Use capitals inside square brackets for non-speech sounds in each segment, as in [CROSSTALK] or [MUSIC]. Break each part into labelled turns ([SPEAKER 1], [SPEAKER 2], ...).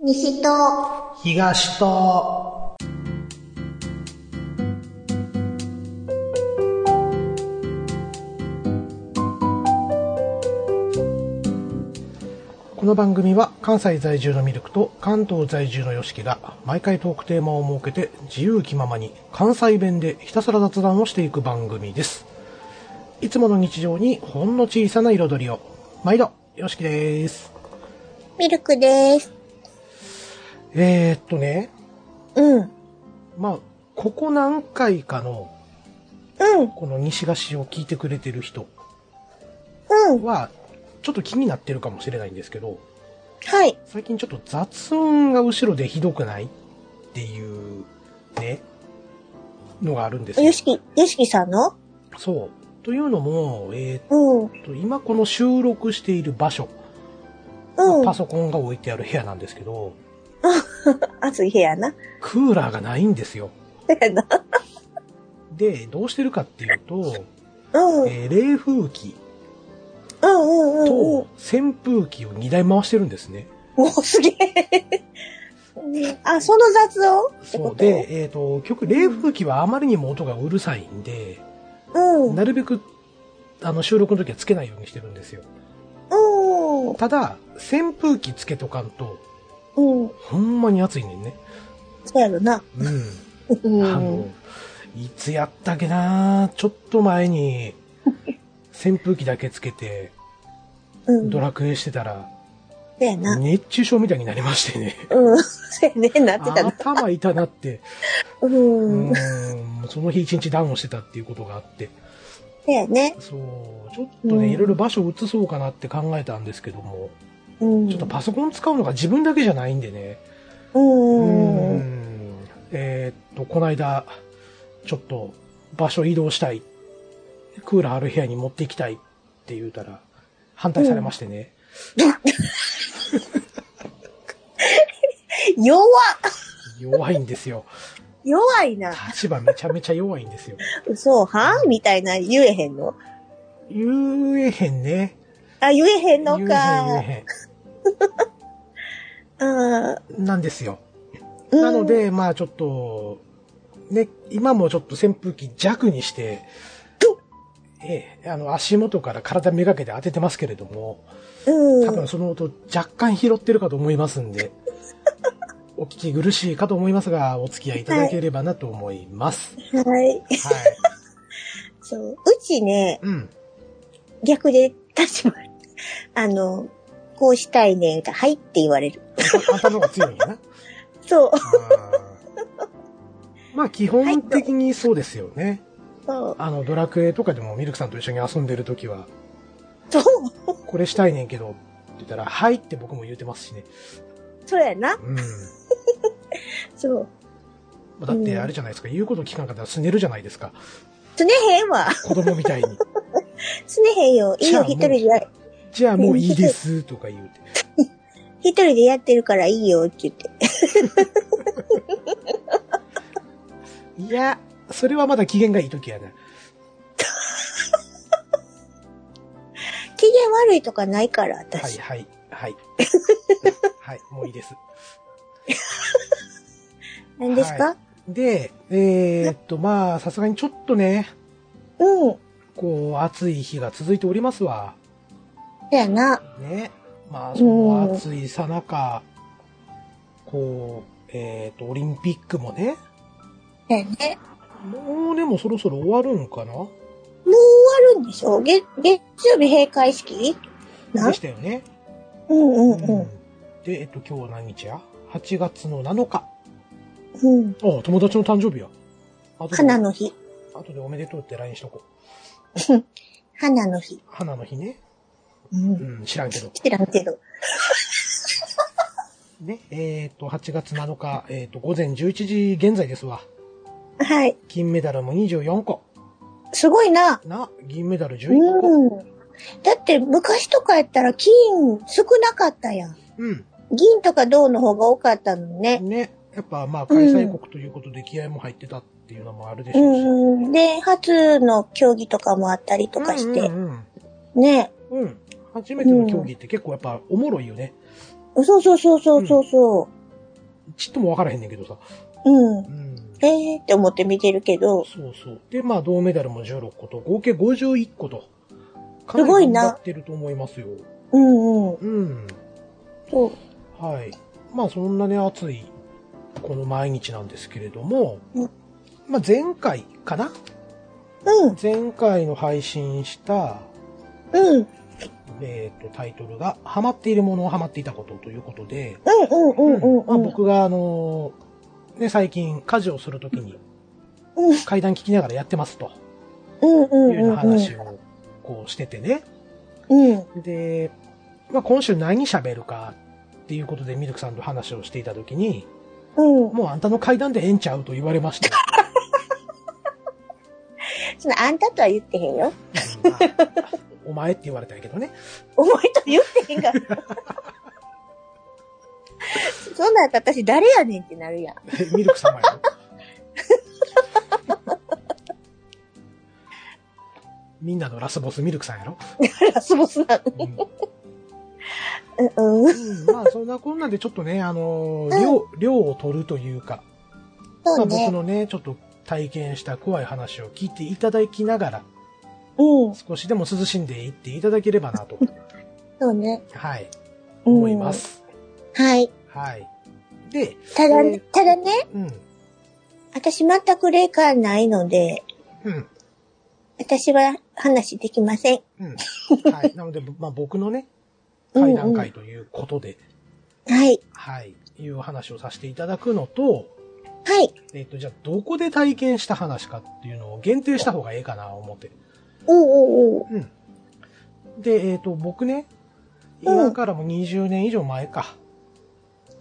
[SPEAKER 1] 西と、
[SPEAKER 2] 東と、この番組は関西在住のミルクと関東在住のヨシキが毎回トークテーマを設けて自由気ままに関西弁でひたすら雑談をしていく番組です。いつもの日常にほんの小さな彩りを。毎度、ヨシキです。
[SPEAKER 1] ミルクです。
[SPEAKER 2] えー、っとね、
[SPEAKER 1] うん。
[SPEAKER 2] まあ、ここ何回かの
[SPEAKER 1] うん。
[SPEAKER 2] この西菓子を聞いてくれてる人
[SPEAKER 1] うん。
[SPEAKER 2] はちょっと気になってるかもしれないんですけど、
[SPEAKER 1] はい。
[SPEAKER 2] 最近ちょっと雑音が後ろでひどくないっていうね、のがあるんですよ
[SPEAKER 1] よ。しき、よしきさんの
[SPEAKER 2] そう。というのも、え
[SPEAKER 1] うん。うん。
[SPEAKER 2] ーっと、今この収録している場所、パソコンが置いてある部屋なんですけど、
[SPEAKER 1] 暑い部屋な。
[SPEAKER 2] クーラーがないんですよ。
[SPEAKER 1] 部屋な。
[SPEAKER 2] で、どうしてるかっていうと、
[SPEAKER 1] うん。うん
[SPEAKER 2] えー冷風機
[SPEAKER 1] うんうんうん
[SPEAKER 2] と。扇風機を2台回してるんですね。
[SPEAKER 1] おすげえ。 [LAUGHS] あ、その雑音って
[SPEAKER 2] そ
[SPEAKER 1] こ
[SPEAKER 2] う
[SPEAKER 1] と
[SPEAKER 2] で、えっ、と、曲、冷風機はあまりにも音がうるさいんで、
[SPEAKER 1] うん。うん。
[SPEAKER 2] なるべく、あの、収録の時はつけないようにしてるんですよ。ただ、扇風機つけとかんと、
[SPEAKER 1] うん。
[SPEAKER 2] ほんまに暑いねんね。
[SPEAKER 1] そうやろな。
[SPEAKER 2] うん。
[SPEAKER 1] う
[SPEAKER 2] あ
[SPEAKER 1] ん。
[SPEAKER 2] の、いつやったっけなちょっと
[SPEAKER 1] [LAUGHS]
[SPEAKER 2] 前に、扇風機だけつけて、
[SPEAKER 1] うん。そ
[SPEAKER 2] ド
[SPEAKER 1] う
[SPEAKER 2] ラクエしてたら、
[SPEAKER 1] やな。
[SPEAKER 2] 熱中症みたいになりましてね。
[SPEAKER 1] うん。 [LAUGHS] そうやね。なってたな。
[SPEAKER 2] 頭痛なって、
[SPEAKER 1] うん。
[SPEAKER 2] う
[SPEAKER 1] そ
[SPEAKER 2] ん、その日一日ダウンしてたっていうことがあって。
[SPEAKER 1] うやね。
[SPEAKER 2] そう、ちょっとね、
[SPEAKER 1] うん
[SPEAKER 2] いろいろ場所を移そうかなって考えたんですけども、
[SPEAKER 1] うん。
[SPEAKER 2] ちょっとパソコン使うのが自分だけじゃないんでね、
[SPEAKER 1] うん。
[SPEAKER 2] うーんえーっと、この間、ちょっと場所移動したい、クーラーある部屋に持って行きたいって言うたら、反対されましてね、
[SPEAKER 1] 弱っ
[SPEAKER 2] 弱いんですよ。
[SPEAKER 1] 弱いな。
[SPEAKER 2] 立場めちゃめちゃ弱いんですよ。
[SPEAKER 1] 嘘はみたいな言えへんの
[SPEAKER 2] 言えへんね。
[SPEAKER 1] あ、言えへん
[SPEAKER 2] 言
[SPEAKER 1] の
[SPEAKER 2] えへん言
[SPEAKER 1] か。
[SPEAKER 2] え
[SPEAKER 1] うん。
[SPEAKER 2] へん。なんですよ。
[SPEAKER 1] うん
[SPEAKER 2] なの、で、まあちょっと、ね、今もちょっと扇風機弱にして
[SPEAKER 1] どっ、
[SPEAKER 2] ええ、あの、足元から体めがけて当ててますけれども、
[SPEAKER 1] うん。
[SPEAKER 2] 多分その音若干拾ってるかと思いますんで、 [LAUGHS] お聞き苦しいかと思いますが、お付き合いいただければなと思います。
[SPEAKER 1] はい。
[SPEAKER 2] はい。
[SPEAKER 1] そう。うちね、
[SPEAKER 2] うん。
[SPEAKER 1] 逆で立場、あの、こうしたいねんか、はいって言われる。
[SPEAKER 2] あんたの方が強いん
[SPEAKER 1] [LAUGHS]
[SPEAKER 2] やな。
[SPEAKER 1] そう。
[SPEAKER 2] あーまあ基本的にそうですよね。
[SPEAKER 1] そう。
[SPEAKER 2] あの、ドラクエとかでもミルクさんと一緒に遊んでるときは、
[SPEAKER 1] そう。
[SPEAKER 2] これしたいねんけど、って言ったら、はいって僕も言うてますしね。
[SPEAKER 1] そうやな。
[SPEAKER 2] うん。
[SPEAKER 1] そう。
[SPEAKER 2] まあだってあれじゃないですか、言うこと聞かんかったらすねるじゃないですか。
[SPEAKER 1] つねへんわ。
[SPEAKER 2] 子供みたいに。 [LAUGHS]
[SPEAKER 1] つねへんよ。いい
[SPEAKER 2] じゃ
[SPEAKER 1] よ、
[SPEAKER 2] あもう
[SPEAKER 1] 一人でや、
[SPEAKER 2] じゃあもういいです、とか言うて。
[SPEAKER 1] 一人でやってるからいいよって言って。
[SPEAKER 2] いや、それはまだ機嫌がいいときやな。
[SPEAKER 1] 機嫌悪いとかないから、
[SPEAKER 2] はい
[SPEAKER 1] 私。
[SPEAKER 2] はい、はい。 [LAUGHS] はい、もういいです。
[SPEAKER 1] 何ですか、
[SPEAKER 2] で、えーっと、まあ、さすがにちょっとね、
[SPEAKER 1] うん。そ
[SPEAKER 2] こう、暑い日が続いておりますわ。
[SPEAKER 1] うやな。
[SPEAKER 2] ね。まあ、その暑いさなか、こう、えーっと、オリンピックもね、
[SPEAKER 1] そうやね。
[SPEAKER 2] もうでもそろそろ終わるんかな
[SPEAKER 1] もう終わるんでしょ月、月曜日閉会式な
[SPEAKER 2] でしたよね。
[SPEAKER 1] うんうんうん。
[SPEAKER 2] で、えっと、今日何日や ?8 月の7日。
[SPEAKER 1] うん。
[SPEAKER 2] あ友達の誕生日や。あ
[SPEAKER 1] 花の日。
[SPEAKER 2] 後でおめでとうって LINE しとこう。
[SPEAKER 1] 花の日。
[SPEAKER 2] 花の日ね。
[SPEAKER 1] うん。
[SPEAKER 2] うん、知らんけど。
[SPEAKER 1] 知らんけど。
[SPEAKER 2] ね、えーっと、8月7日、えーっと、午前11時現在ですわ。
[SPEAKER 1] はい。
[SPEAKER 2] 金メダルも24個。
[SPEAKER 1] すごいな。
[SPEAKER 2] な、銀メダル11個。
[SPEAKER 1] うん。だって昔とかやったら金少なかったやん。
[SPEAKER 2] うん。
[SPEAKER 1] 銀とか銅の方が多かったのにね。
[SPEAKER 2] ね、やっぱまあ、開催国ということで気合も入ってたっていうのもあるでし
[SPEAKER 1] う
[SPEAKER 2] ょうし。
[SPEAKER 1] んうん。で、初の競技とかもあったりとかして。
[SPEAKER 2] うんうん
[SPEAKER 1] ね。
[SPEAKER 2] うん。うん。初めての競技って結構やっぱおもろいよね。
[SPEAKER 1] そうそうそうそうそうそう。
[SPEAKER 2] ちっともわからへんねんけどさ。
[SPEAKER 1] うん
[SPEAKER 2] う。ん。
[SPEAKER 1] えーって思って見てるけど、
[SPEAKER 2] そうそう。で、まあ、銅メダルも16個と、合計51個と。かなり
[SPEAKER 1] すごいな
[SPEAKER 2] 頑張ってると思いますよ。
[SPEAKER 1] うんうん。
[SPEAKER 2] うん。
[SPEAKER 1] そう。
[SPEAKER 2] はい。まあ、そんなね、暑い、この毎日なんですけれども、
[SPEAKER 1] うん
[SPEAKER 2] まあ、前回かな
[SPEAKER 1] うん、
[SPEAKER 2] 前回の配信した、
[SPEAKER 1] うん、うん、
[SPEAKER 2] えっ、と、タイトルが、ハマっているものをハマっていたことということで、
[SPEAKER 1] うん、うん、うん。
[SPEAKER 2] まあ、僕が、あのーね、最近、家事をするときに、
[SPEAKER 1] うん、
[SPEAKER 2] 階段聞きながらやってますと
[SPEAKER 1] うん、うん、
[SPEAKER 2] いう
[SPEAKER 1] う。
[SPEAKER 2] ようんな話を、こうしててね。
[SPEAKER 1] うん、
[SPEAKER 2] で、まあ、今週何喋るかっていうことで、ミルクさんと話をしていたときに、
[SPEAKER 1] うん。
[SPEAKER 2] もうあんたの階段でええんちゃうと言われ
[SPEAKER 1] [LAUGHS]
[SPEAKER 2] まして。
[SPEAKER 1] その、あんたとは言ってへんよ。
[SPEAKER 2] うんまあお前って言われたんやけどね。 [LAUGHS]
[SPEAKER 1] お前と言ってへんが。 [LAUGHS] そんなんやったら私誰やねんってなるやん。
[SPEAKER 2] ミルク
[SPEAKER 1] [LAUGHS]
[SPEAKER 2] 様やろ。みんなのラスボスミルクさんやろ。
[SPEAKER 1] ラスボスなの。
[SPEAKER 2] うん
[SPEAKER 1] うん、うん。
[SPEAKER 2] うんまあそんなこんなんでちょっとね、あのー
[SPEAKER 1] うん
[SPEAKER 2] 量、量を取るというか、
[SPEAKER 1] そ
[SPEAKER 2] ま
[SPEAKER 1] う
[SPEAKER 2] あ、僕
[SPEAKER 1] ね。
[SPEAKER 2] のね、ちょっと体験した怖い話を聞いていただきながら、
[SPEAKER 1] うん。
[SPEAKER 2] 少しでも涼しんでいっていただければなと、
[SPEAKER 1] そうね。
[SPEAKER 2] はい、
[SPEAKER 1] うん
[SPEAKER 2] 思いま。す。
[SPEAKER 1] はい。
[SPEAKER 2] はい。で、
[SPEAKER 1] ただ
[SPEAKER 2] えー、
[SPEAKER 1] ただね、
[SPEAKER 2] うん、
[SPEAKER 1] 私全く霊感ないので、
[SPEAKER 2] うん、
[SPEAKER 1] 私は話できません。
[SPEAKER 2] うん。はい。なの
[SPEAKER 1] [LAUGHS]
[SPEAKER 2] で、まあ僕のね、会談会ということで、
[SPEAKER 1] はい。
[SPEAKER 2] はい、いう話をさせていただくのと、
[SPEAKER 1] はい。
[SPEAKER 2] えっ、と、じゃあ、どこで体験した話かっていうのを限定した方がええかな、思って。
[SPEAKER 1] おうおうおう。
[SPEAKER 2] うん。で、えっ、と、僕ね、
[SPEAKER 1] うん
[SPEAKER 2] 今からも20年以上前か、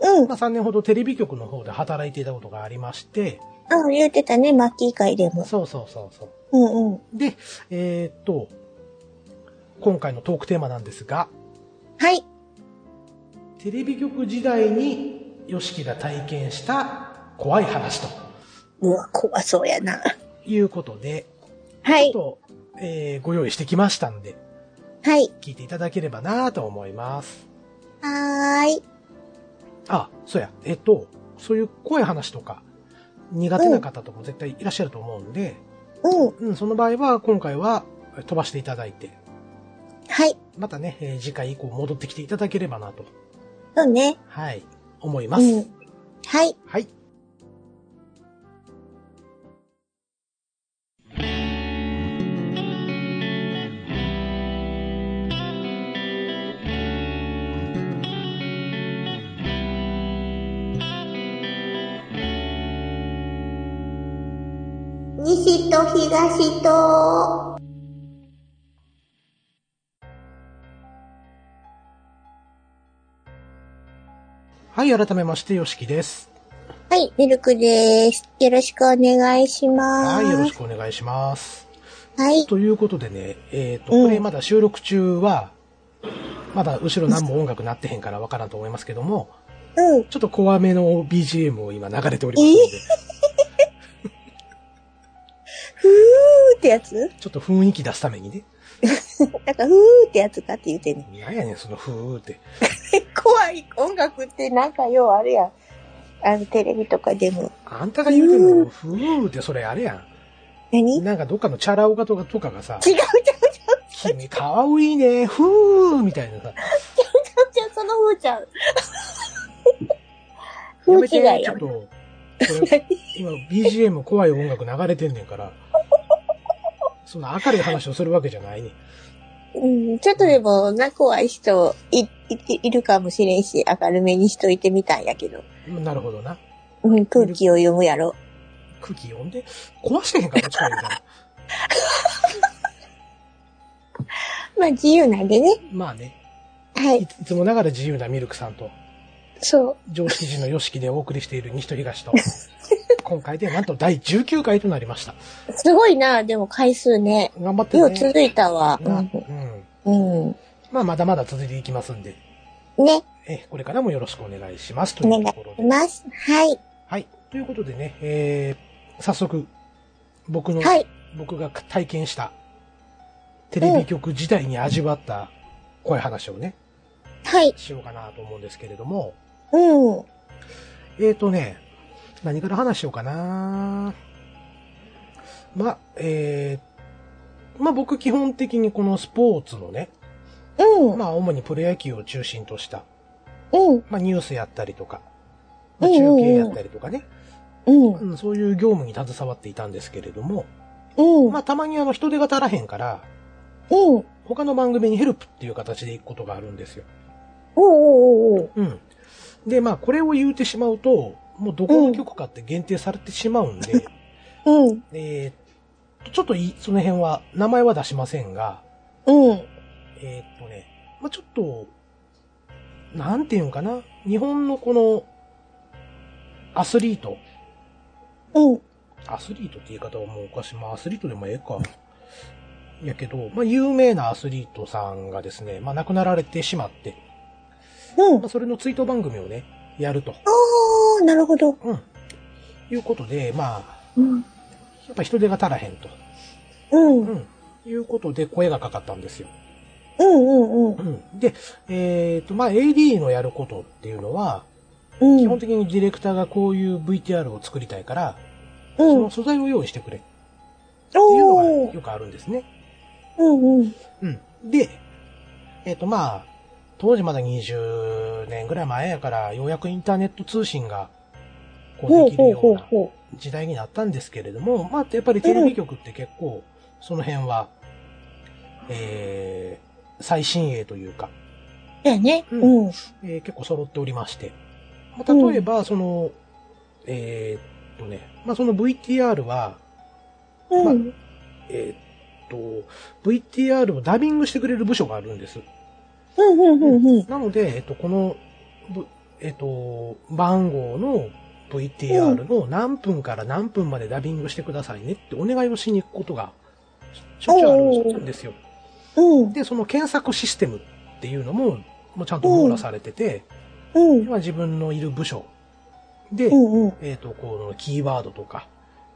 [SPEAKER 1] うん。
[SPEAKER 2] まあ3年ほどテレビ局の方で働いていたことがありまして、
[SPEAKER 1] あ、言ってたね、マッキー会でも。
[SPEAKER 2] そうそうそうそ
[SPEAKER 1] う
[SPEAKER 2] う。
[SPEAKER 1] んうん。
[SPEAKER 2] で、えっ、と、今回のトークテーマなんですが、
[SPEAKER 1] はい。
[SPEAKER 2] テレビ局時代に YOSHIKI が体験した怖い話と
[SPEAKER 1] うわ、怖そうやな。
[SPEAKER 2] いうことで、
[SPEAKER 1] はい。
[SPEAKER 2] ちょっと、えーご用意してきましたんで、
[SPEAKER 1] はい。
[SPEAKER 2] 聞いていただければなと思います。
[SPEAKER 1] はーい。
[SPEAKER 2] あ、そうや、えっと、そういう怖い話とか、苦手な方とかも絶対いらっしゃると思うんで、
[SPEAKER 1] うん。
[SPEAKER 2] うん、その場合は今回は飛ばしていただいて、
[SPEAKER 1] はい。
[SPEAKER 2] またね、えー次回以降戻ってきていただければなと、
[SPEAKER 1] そうね。
[SPEAKER 2] はい、思います。
[SPEAKER 1] うん。はい。
[SPEAKER 2] はい。
[SPEAKER 1] 西と東と。
[SPEAKER 2] はい、改めまして、よしきです。
[SPEAKER 1] はい、ミルクです。よろしくお願いします。
[SPEAKER 2] はい、よろしくお願いします。
[SPEAKER 1] はい。
[SPEAKER 2] ということでね、えっ、と、
[SPEAKER 1] うん
[SPEAKER 2] これまだ収録中は、まだ後ろ何も音楽なってへんからわからんと思いますけども、
[SPEAKER 1] うん。
[SPEAKER 2] ちょっと怖めの BGM を今流れておりますので、
[SPEAKER 1] ふーってやつ
[SPEAKER 2] ちょっと雰囲気出すためにね、
[SPEAKER 1] なんか、ふーってやつかって言うてんね [LAUGHS] ん。
[SPEAKER 2] なんやねん、そのふーって。
[SPEAKER 1] 怖い音楽ってなんかようあるやん。あの、テレビとかでも。
[SPEAKER 2] あんたが言うてんの、ふーってそれあれや
[SPEAKER 1] 何違
[SPEAKER 2] ん。
[SPEAKER 1] う
[SPEAKER 2] なんかどっかのチャラ男とかとかがさ、
[SPEAKER 1] 違う違う違う
[SPEAKER 2] 君かわいいね、ふーみたいなさ、
[SPEAKER 1] 違う、そのふーちゃん。
[SPEAKER 2] [LAUGHS] や
[SPEAKER 1] ふ
[SPEAKER 2] め
[SPEAKER 1] ー
[SPEAKER 2] て、
[SPEAKER 1] 違い
[SPEAKER 2] ち
[SPEAKER 1] や
[SPEAKER 2] ょっ。と、これ今 BGM 怖い音楽流れてんねんから、そんな明るい話をするわけじゃないねん。
[SPEAKER 1] うん、ちょっとでも、な、怖い人い、い、いるかもしれんし、明るめにしといてみたんやけど。
[SPEAKER 2] なるほどな。
[SPEAKER 1] うん、空気を読むやろ。
[SPEAKER 2] 空気読んで、壊してへんか、どっちかみたいな。
[SPEAKER 1] まあ、自由なんでね。
[SPEAKER 2] まあね、
[SPEAKER 1] はいい。
[SPEAKER 2] ついつもながら自由なミルクさんと、
[SPEAKER 1] そう。
[SPEAKER 2] 常識人のよしきでお送りしている西と東と、今回でなんと第19回となりました。
[SPEAKER 1] すごいな、でも回数ね。
[SPEAKER 2] 頑張って
[SPEAKER 1] よう
[SPEAKER 2] ね。
[SPEAKER 1] 続いたわ。
[SPEAKER 2] なうん。
[SPEAKER 1] うん。
[SPEAKER 2] まあ、まだまだ続いていきますんで、
[SPEAKER 1] うん。ね、
[SPEAKER 2] え、これからもよろしくお願いします。と
[SPEAKER 1] お
[SPEAKER 2] い
[SPEAKER 1] 願
[SPEAKER 2] うところ
[SPEAKER 1] いし
[SPEAKER 2] で。
[SPEAKER 1] ます。はい。
[SPEAKER 2] はい。ということでね、えー、早速、僕の、
[SPEAKER 1] はい。
[SPEAKER 2] 僕が体験した、テレビ局時代に味わった、こういう話をね、
[SPEAKER 1] はい。
[SPEAKER 2] しようかなと思うんですけれども、
[SPEAKER 1] うん。
[SPEAKER 2] えーとね、何から話しようかな。まあ、えー、まあ僕基本的にこのスポーツのね、
[SPEAKER 1] うん。
[SPEAKER 2] まあ主にプロ野球を中心とした、
[SPEAKER 1] うん。
[SPEAKER 2] まあニュースやったりとか、まあ
[SPEAKER 1] うんうん
[SPEAKER 2] 中
[SPEAKER 1] うん
[SPEAKER 2] 継やったりとかね、
[SPEAKER 1] うん。
[SPEAKER 2] うんそういう業務に携わっていたんですけれども、
[SPEAKER 1] うん。
[SPEAKER 2] まあたまにあの人手が足らへんから、
[SPEAKER 1] うん。
[SPEAKER 2] 他の番組にヘルプっていう形で行くことがあるんですよ。
[SPEAKER 1] おうおうおうおう。
[SPEAKER 2] うん。で、まあこれを言うてしまうと、もうどこの局かって限定されてしまうんで、 [LAUGHS]
[SPEAKER 1] うん。
[SPEAKER 2] えーちょっといその辺は、名前は出しませんが、
[SPEAKER 1] うん。
[SPEAKER 2] えーっとね、まあ、ちょっと、なんていうんかな、日本のこの、アスリート、
[SPEAKER 1] うん。
[SPEAKER 2] アスリートって言い方はもうおかしい。まあ、アスリートでもええか。 [LAUGHS] やけど、まあ、有名なアスリートさんがですね、まあ、亡くなられてしまって、
[SPEAKER 1] うん
[SPEAKER 2] まあ、。それの追悼番組をね、やると。
[SPEAKER 1] ああ、なるほど。
[SPEAKER 2] うん。いうことで、まあ、
[SPEAKER 1] うん。
[SPEAKER 2] やっぱ人手が足らへんと。
[SPEAKER 1] うん。う。
[SPEAKER 2] うんん。いうことで、声がかかったんですよ。
[SPEAKER 1] うん。うん。
[SPEAKER 2] うんで、えっ、と、まあ、AD のやることっていうのは、
[SPEAKER 1] うん。
[SPEAKER 2] 基本的にディレクターがこういう VTR を作りたいから、
[SPEAKER 1] う
[SPEAKER 2] そ
[SPEAKER 1] ん。
[SPEAKER 2] の素材を用意してくれっていう
[SPEAKER 1] お
[SPEAKER 2] のが
[SPEAKER 1] お。
[SPEAKER 2] よくあるんですね。
[SPEAKER 1] うん。うん。
[SPEAKER 2] うん。で、えっ、と、まあ、当時まだ20年ぐらい前やから、ようやくインターネット通信が、こう
[SPEAKER 1] ほう
[SPEAKER 2] できる
[SPEAKER 1] ほう
[SPEAKER 2] よ
[SPEAKER 1] ほ
[SPEAKER 2] う
[SPEAKER 1] う
[SPEAKER 2] な
[SPEAKER 1] ほ
[SPEAKER 2] 時代になったんですけれども、まあ、やっぱりテレビ局って結構、その辺は、えー、最新鋭というか、
[SPEAKER 1] う。やね。
[SPEAKER 2] う
[SPEAKER 1] うんん。
[SPEAKER 2] えー結構揃っておりまして。まあ、
[SPEAKER 1] うん
[SPEAKER 2] 例えば、その、えーっとね、まあ、その VTR は、
[SPEAKER 1] うん。
[SPEAKER 2] えーっと、VTR をダビングしてくれる部署があるんです。
[SPEAKER 1] うん。うん。うん。うん。
[SPEAKER 2] なので、えっと、この、ぶえっと、番号の VTR の何分から何分までダビングしてくださいねってお願いをしに行くことが、ししょっちゅうあるんですよ。
[SPEAKER 1] うん。
[SPEAKER 2] で、その検索システムっていうのも、もうちゃんと網羅されてて、
[SPEAKER 1] うん。
[SPEAKER 2] 今自分のいる部署で、
[SPEAKER 1] うん。うん。
[SPEAKER 2] えっ、と、このキーワードとか、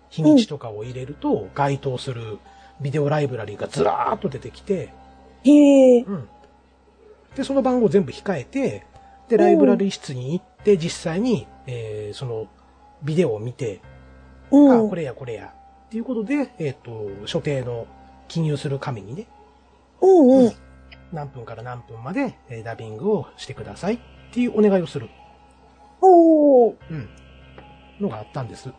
[SPEAKER 2] 日にちとかを入れると、該当するビデオライブラリーがずらーっと出てきて、
[SPEAKER 1] へえ。
[SPEAKER 2] うん。で、その番号全部控えて、で、ライブラリー室に行って、実際に、えーその、ビデオを見て、
[SPEAKER 1] う
[SPEAKER 2] あ、
[SPEAKER 1] ん。
[SPEAKER 2] これやこれや、っていうことで、えっ、と、所定の記入する紙にね、
[SPEAKER 1] うん。うん。
[SPEAKER 2] 何分から何分まで、えーダビングをしてくださいっていうお願いをする、
[SPEAKER 1] おお。
[SPEAKER 2] うん、のがあったんです。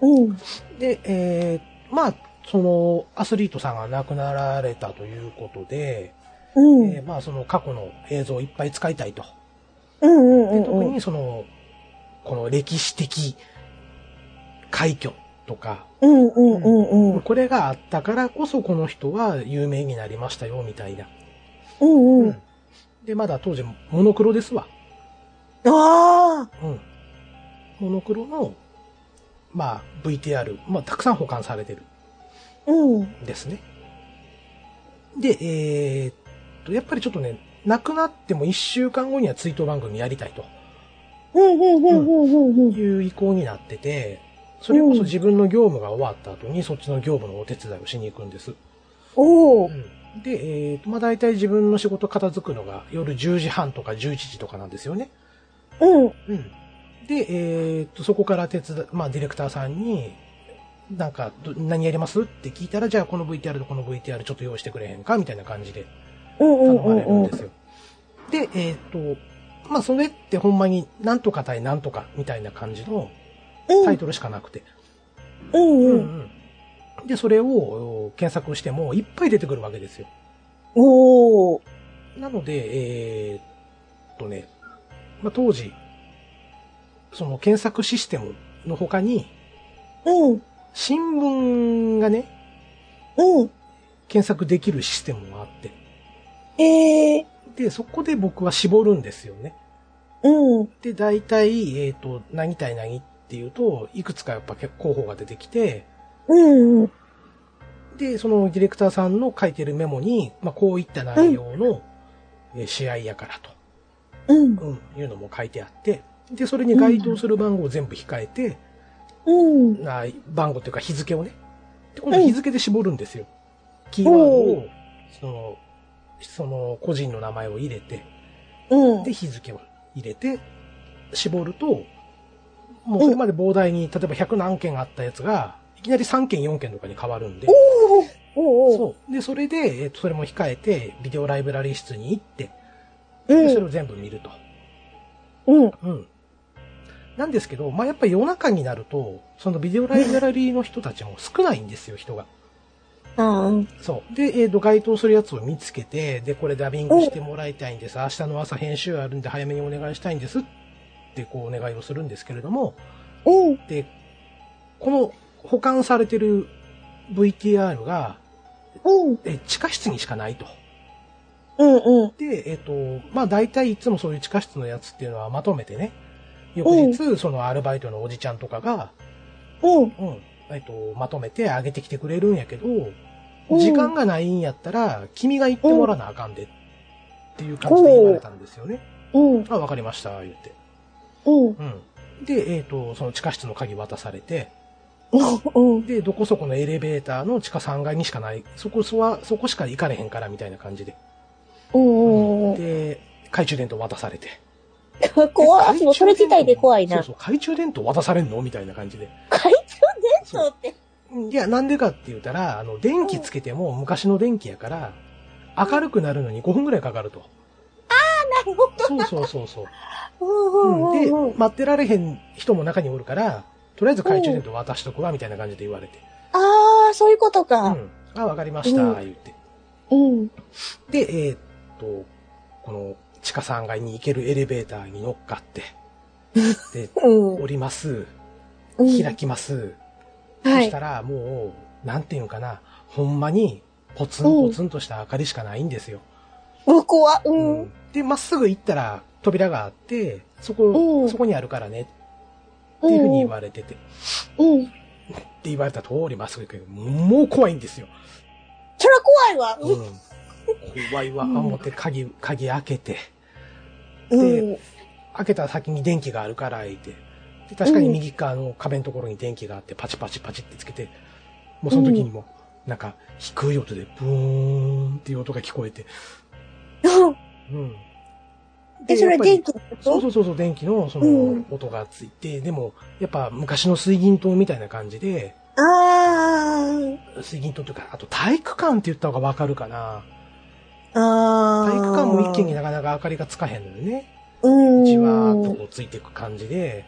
[SPEAKER 1] うん。
[SPEAKER 2] で、えーまあ、その、アスリートさんが亡くなられたということで、
[SPEAKER 1] うん。
[SPEAKER 2] えーまあ、その過去の映像をいっぱい使いたいと。
[SPEAKER 1] うんうんう
[SPEAKER 2] で
[SPEAKER 1] ん
[SPEAKER 2] 特
[SPEAKER 1] うん。
[SPEAKER 2] にその、この歴史的快挙とか、
[SPEAKER 1] うんうんうんうん。
[SPEAKER 2] これがあったからこそこの人は有名になりましたよ、みたいな。
[SPEAKER 1] うんうん。
[SPEAKER 2] で、まだ当時、モノクロですわ。
[SPEAKER 1] ああ。
[SPEAKER 2] うん。モノクロの、まあ、VTR、まあ、たくさん保管されてる。
[SPEAKER 1] うん。
[SPEAKER 2] ですね。で、えーっと、やっぱりちょっとね、亡くなっても1週間後には追悼番組やりたいと
[SPEAKER 1] うんうんうんうんうん。
[SPEAKER 2] いう意向になってて、それこそ自分の業務が終わった後にそっちの業務のお手伝いをしに行くんです。
[SPEAKER 1] おお。
[SPEAKER 2] うんで、えーっと、まあ、大体自分の仕事片付くのが夜10時半とか11時とかなんですよね。
[SPEAKER 1] うん。
[SPEAKER 2] うん。で、えーっと、そこから手伝い、まあ、ディレクターさんに、なんか、ど何やりますって聞いたら、じゃあこの VTR とこの VTR ちょっと用意してくれへんかみたいな感じで
[SPEAKER 1] うんうん
[SPEAKER 2] 頼
[SPEAKER 1] う
[SPEAKER 2] まれるん
[SPEAKER 1] んうん
[SPEAKER 2] で。すよ。で、えっ、と、まあ、それってほんまになんとか対なんとかみたいな感じのタイトルしかなくて。
[SPEAKER 1] うんうん。
[SPEAKER 2] うんうんで、それをお検索してもいっぱい出てくるわけですよ。
[SPEAKER 1] おお。
[SPEAKER 2] なので、えっとね、まあ、当時、その検索システムの他に、
[SPEAKER 1] うん。
[SPEAKER 2] 新聞がね、
[SPEAKER 1] うん。
[SPEAKER 2] 検索できるシステムもあって。
[SPEAKER 1] へえ。
[SPEAKER 2] で、そこで僕は絞るんですよね。
[SPEAKER 1] うん。
[SPEAKER 2] で、大体、えっ、と、何対何っていうと、いくつかやっぱ結構候補が出てきて、
[SPEAKER 1] うんうん。
[SPEAKER 2] で、そのディレクターさんの書いてるメモに、まあ、こういった内容の、えー試合やから
[SPEAKER 1] うん
[SPEAKER 2] と、。うん、いうのも書いてあって、で、それに該当する番号を全部控えて、
[SPEAKER 1] うん。
[SPEAKER 2] な番号というか日付をね、で、今度日付で絞るんですよ。キーワード
[SPEAKER 1] お
[SPEAKER 2] を、その、その個人の名前を入れて、
[SPEAKER 1] うん。
[SPEAKER 2] で、日付を入れて、絞ると、もうそれまで膨大に、例えば100何件あったやつが、いきなり3件、4件とかに変わるんで、
[SPEAKER 1] おーおーおー
[SPEAKER 2] そう。で、それで、えっと、それも控えて、ビデオライブラリ室に行って、
[SPEAKER 1] う
[SPEAKER 2] でそれ
[SPEAKER 1] ん。
[SPEAKER 2] を全部見ると。
[SPEAKER 1] うん。
[SPEAKER 2] うん。なんですけど、まあ、やっぱ夜中になると、そのビデオライブラリーの人たちも少ないんですよ、人が。
[SPEAKER 1] あー
[SPEAKER 2] そう。で、えっ、と、該当するやつを見つけて、で、これダビングしてもらいたいんです。明日の朝編集あるんで早めにお願いしたいんです。って、こう、お願いをするんですけれども、
[SPEAKER 1] うん。
[SPEAKER 2] で、この保管されてる VTR が、
[SPEAKER 1] うん。
[SPEAKER 2] え、地下室にしかないと。
[SPEAKER 1] うん。うん。
[SPEAKER 2] で、えっ、と、まあ大体いつもそういう地下室のやつっていうのはまとめてね、翌日、そのアルバイトのおじちゃんとかが、
[SPEAKER 1] うん。
[SPEAKER 2] うん、えっ、と、まとめてあげてきてくれるんやけど、
[SPEAKER 1] うん
[SPEAKER 2] 時間がないんやったら、君が行ってもらわなあかんで、っていう感じで言われたんですよね。
[SPEAKER 1] うん。
[SPEAKER 2] あ、わかりました、言って。
[SPEAKER 1] うん。
[SPEAKER 2] うん。で、えっ、と、その地下室の鍵渡されて、
[SPEAKER 1] うん。
[SPEAKER 2] で、どこそこのエレベーターの地下3階にしかない、そこそは、そこしか行かれへんから、みたいな感じで。
[SPEAKER 1] うん。
[SPEAKER 2] で、懐中電灯渡されて。
[SPEAKER 1] 怖
[SPEAKER 2] え
[SPEAKER 1] い。もうそれ自体で怖いな。
[SPEAKER 2] そうそう、懐中電灯渡されんのみたいな感じで。
[SPEAKER 1] 懐中電灯って。
[SPEAKER 2] そういや、なんでかって言ったら、あの、電気つけても昔の電気やから、明るくなるのに5分ぐらいかかると。
[SPEAKER 1] なるほ
[SPEAKER 2] そうそうそうそう。
[SPEAKER 1] ど。
[SPEAKER 2] [LAUGHS] うんで
[SPEAKER 1] うん。、
[SPEAKER 2] 待ってられへん人も中におるから、とりあえず懐中電灯渡しとくわ、みたいな感じで言われて。
[SPEAKER 1] ああ、そういうこと
[SPEAKER 2] う
[SPEAKER 1] か。
[SPEAKER 2] ん。あ、わかりました、
[SPEAKER 1] うん
[SPEAKER 2] 言って。
[SPEAKER 1] うん。
[SPEAKER 2] で、えーっと、この、地下3階に行けるエレベーターに乗っかって、で、
[SPEAKER 1] うん。
[SPEAKER 2] 降ります、
[SPEAKER 1] うん
[SPEAKER 2] 開きます、
[SPEAKER 1] は
[SPEAKER 2] そし
[SPEAKER 1] い
[SPEAKER 2] た。らもう、なんていうんかな、ほんまに、ポツンポツンとした明かりしかないんですよ。
[SPEAKER 1] うわ、怖っう。
[SPEAKER 2] うんんで、まっすぐ行ったら扉があって、そこ、
[SPEAKER 1] うん
[SPEAKER 2] そこにあるからね、って
[SPEAKER 1] う
[SPEAKER 2] いうふうに言
[SPEAKER 1] ん。
[SPEAKER 2] われてて、って
[SPEAKER 1] うん。
[SPEAKER 2] 言われた通りまっすぐ行くけど、もう怖いんですよ。
[SPEAKER 1] そりゃ怖いわ。
[SPEAKER 2] うん怖いわ、
[SPEAKER 1] うん
[SPEAKER 2] 思って鍵、鍵開けて、
[SPEAKER 1] うん。うん。
[SPEAKER 2] 開けた先に電気があるから、いて。で、確かに右側の壁のところに電気があって、パチパチパチってつけて、もうその時にも、なんか、低い音で、ブーンっていう音が聞こえて、うん。
[SPEAKER 1] え、それ
[SPEAKER 2] や
[SPEAKER 1] は
[SPEAKER 2] っぱり
[SPEAKER 1] 電気の
[SPEAKER 2] そう
[SPEAKER 1] こ
[SPEAKER 2] そうそうそう、電気のそうの
[SPEAKER 1] ん
[SPEAKER 2] 音がついて、でも、やっぱ昔の水銀灯みたいな感じで、
[SPEAKER 1] とあ
[SPEAKER 2] 水銀灯というか、あと体育館って言った方がわかるかな。
[SPEAKER 1] あ。ああ。
[SPEAKER 2] 体育館も一気になかなか明かりがつかへんのよね。
[SPEAKER 1] うん。
[SPEAKER 2] じわーっとこうついていく感じで、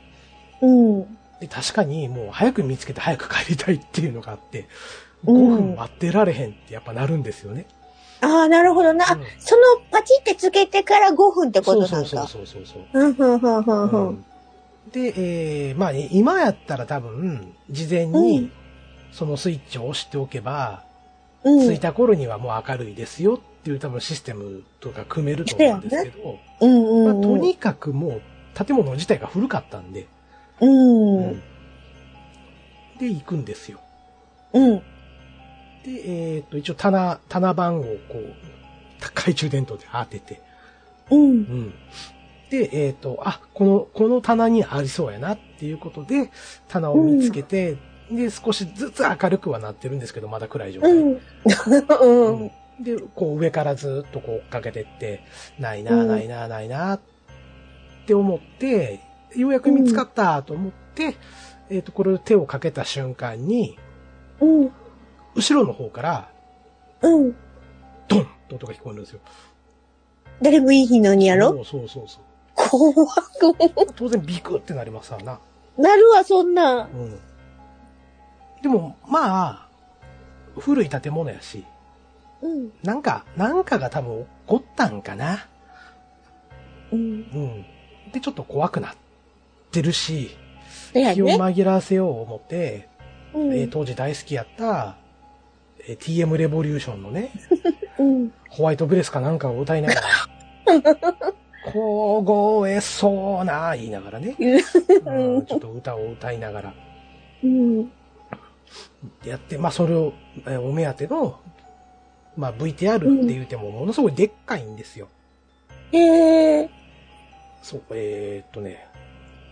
[SPEAKER 1] うん。
[SPEAKER 2] で、確かにもう早く見つけて早く帰りたいっていうのがあって、5
[SPEAKER 1] うん
[SPEAKER 2] 分待ってられへんってやっぱなるんですよね。
[SPEAKER 1] ああ、なるほどな。
[SPEAKER 2] うん
[SPEAKER 1] そのパチってつけてから5分ってこ
[SPEAKER 2] そう
[SPEAKER 1] と
[SPEAKER 2] そ
[SPEAKER 1] な
[SPEAKER 2] うんそう
[SPEAKER 1] か。
[SPEAKER 2] そうそうそう。
[SPEAKER 1] うん、うん、うん、うん、う。
[SPEAKER 2] うんんで、えーまあ、ね、今やったら多分、事前に、
[SPEAKER 1] うん
[SPEAKER 2] そのスイッチを押しておけば、
[SPEAKER 1] う
[SPEAKER 2] 着
[SPEAKER 1] ん
[SPEAKER 2] い。た頃にはもう明るいですよっていう多分システムとか組めると思うんですけど、
[SPEAKER 1] うん、
[SPEAKER 2] ま
[SPEAKER 1] う
[SPEAKER 2] あ、
[SPEAKER 1] ん。
[SPEAKER 2] とにかくもう建物自体が古かったんで、
[SPEAKER 1] うん。
[SPEAKER 2] で、行くんですよ。
[SPEAKER 1] うん。
[SPEAKER 2] で、えっ、と、一応棚、棚番号をこう、懐中電灯で当てて、
[SPEAKER 1] うん。
[SPEAKER 2] うん。で、えっ、と、あ、この、この棚にありそうやなっていうことで、棚を見つけて、で、少しずつ明るくはなってるんですけど、まだ暗い状
[SPEAKER 1] う
[SPEAKER 2] 態。
[SPEAKER 1] ん。うん。
[SPEAKER 2] で、こう上からずっとこう追っかけてって、ないな、
[SPEAKER 1] うん
[SPEAKER 2] ないな、ないな、って思って、ようやく見つかったと思って、えっ、と、これを手をかけた瞬間に、
[SPEAKER 1] うん。
[SPEAKER 2] 後ろの方から、
[SPEAKER 1] うん。
[SPEAKER 2] ドンって音が聞こえるんですよ。
[SPEAKER 1] 誰もいい日のにやろ
[SPEAKER 2] そうそうそうそ
[SPEAKER 1] 怖く。
[SPEAKER 2] う。当然ビクってなりますわな。
[SPEAKER 1] なるわ、そんなん。
[SPEAKER 2] うん。でも、まあ、古い建物やし、
[SPEAKER 1] うん。
[SPEAKER 2] なんか、なんかが多分起こったんかな。
[SPEAKER 1] うん。
[SPEAKER 2] うん。で、ちょっと怖くなってるし、
[SPEAKER 1] そや
[SPEAKER 2] 気を
[SPEAKER 1] ね。
[SPEAKER 2] 紛らわせよう思って、
[SPEAKER 1] う
[SPEAKER 2] えー
[SPEAKER 1] ん。
[SPEAKER 2] 当時大好きやった、えー TM レボリューションのね、
[SPEAKER 1] うん。
[SPEAKER 2] ホワイトブレスかなんかを歌
[SPEAKER 1] [LAUGHS]
[SPEAKER 2] いながら、凍えそうな、言いながらね、うんちょっと歌を歌いながら
[SPEAKER 1] うん。
[SPEAKER 2] やって、まあそれを、えーお目当ての、まあ VTR って言ってもものすごいでっかいんですよ。
[SPEAKER 1] へえ。
[SPEAKER 2] そう、えーっとね、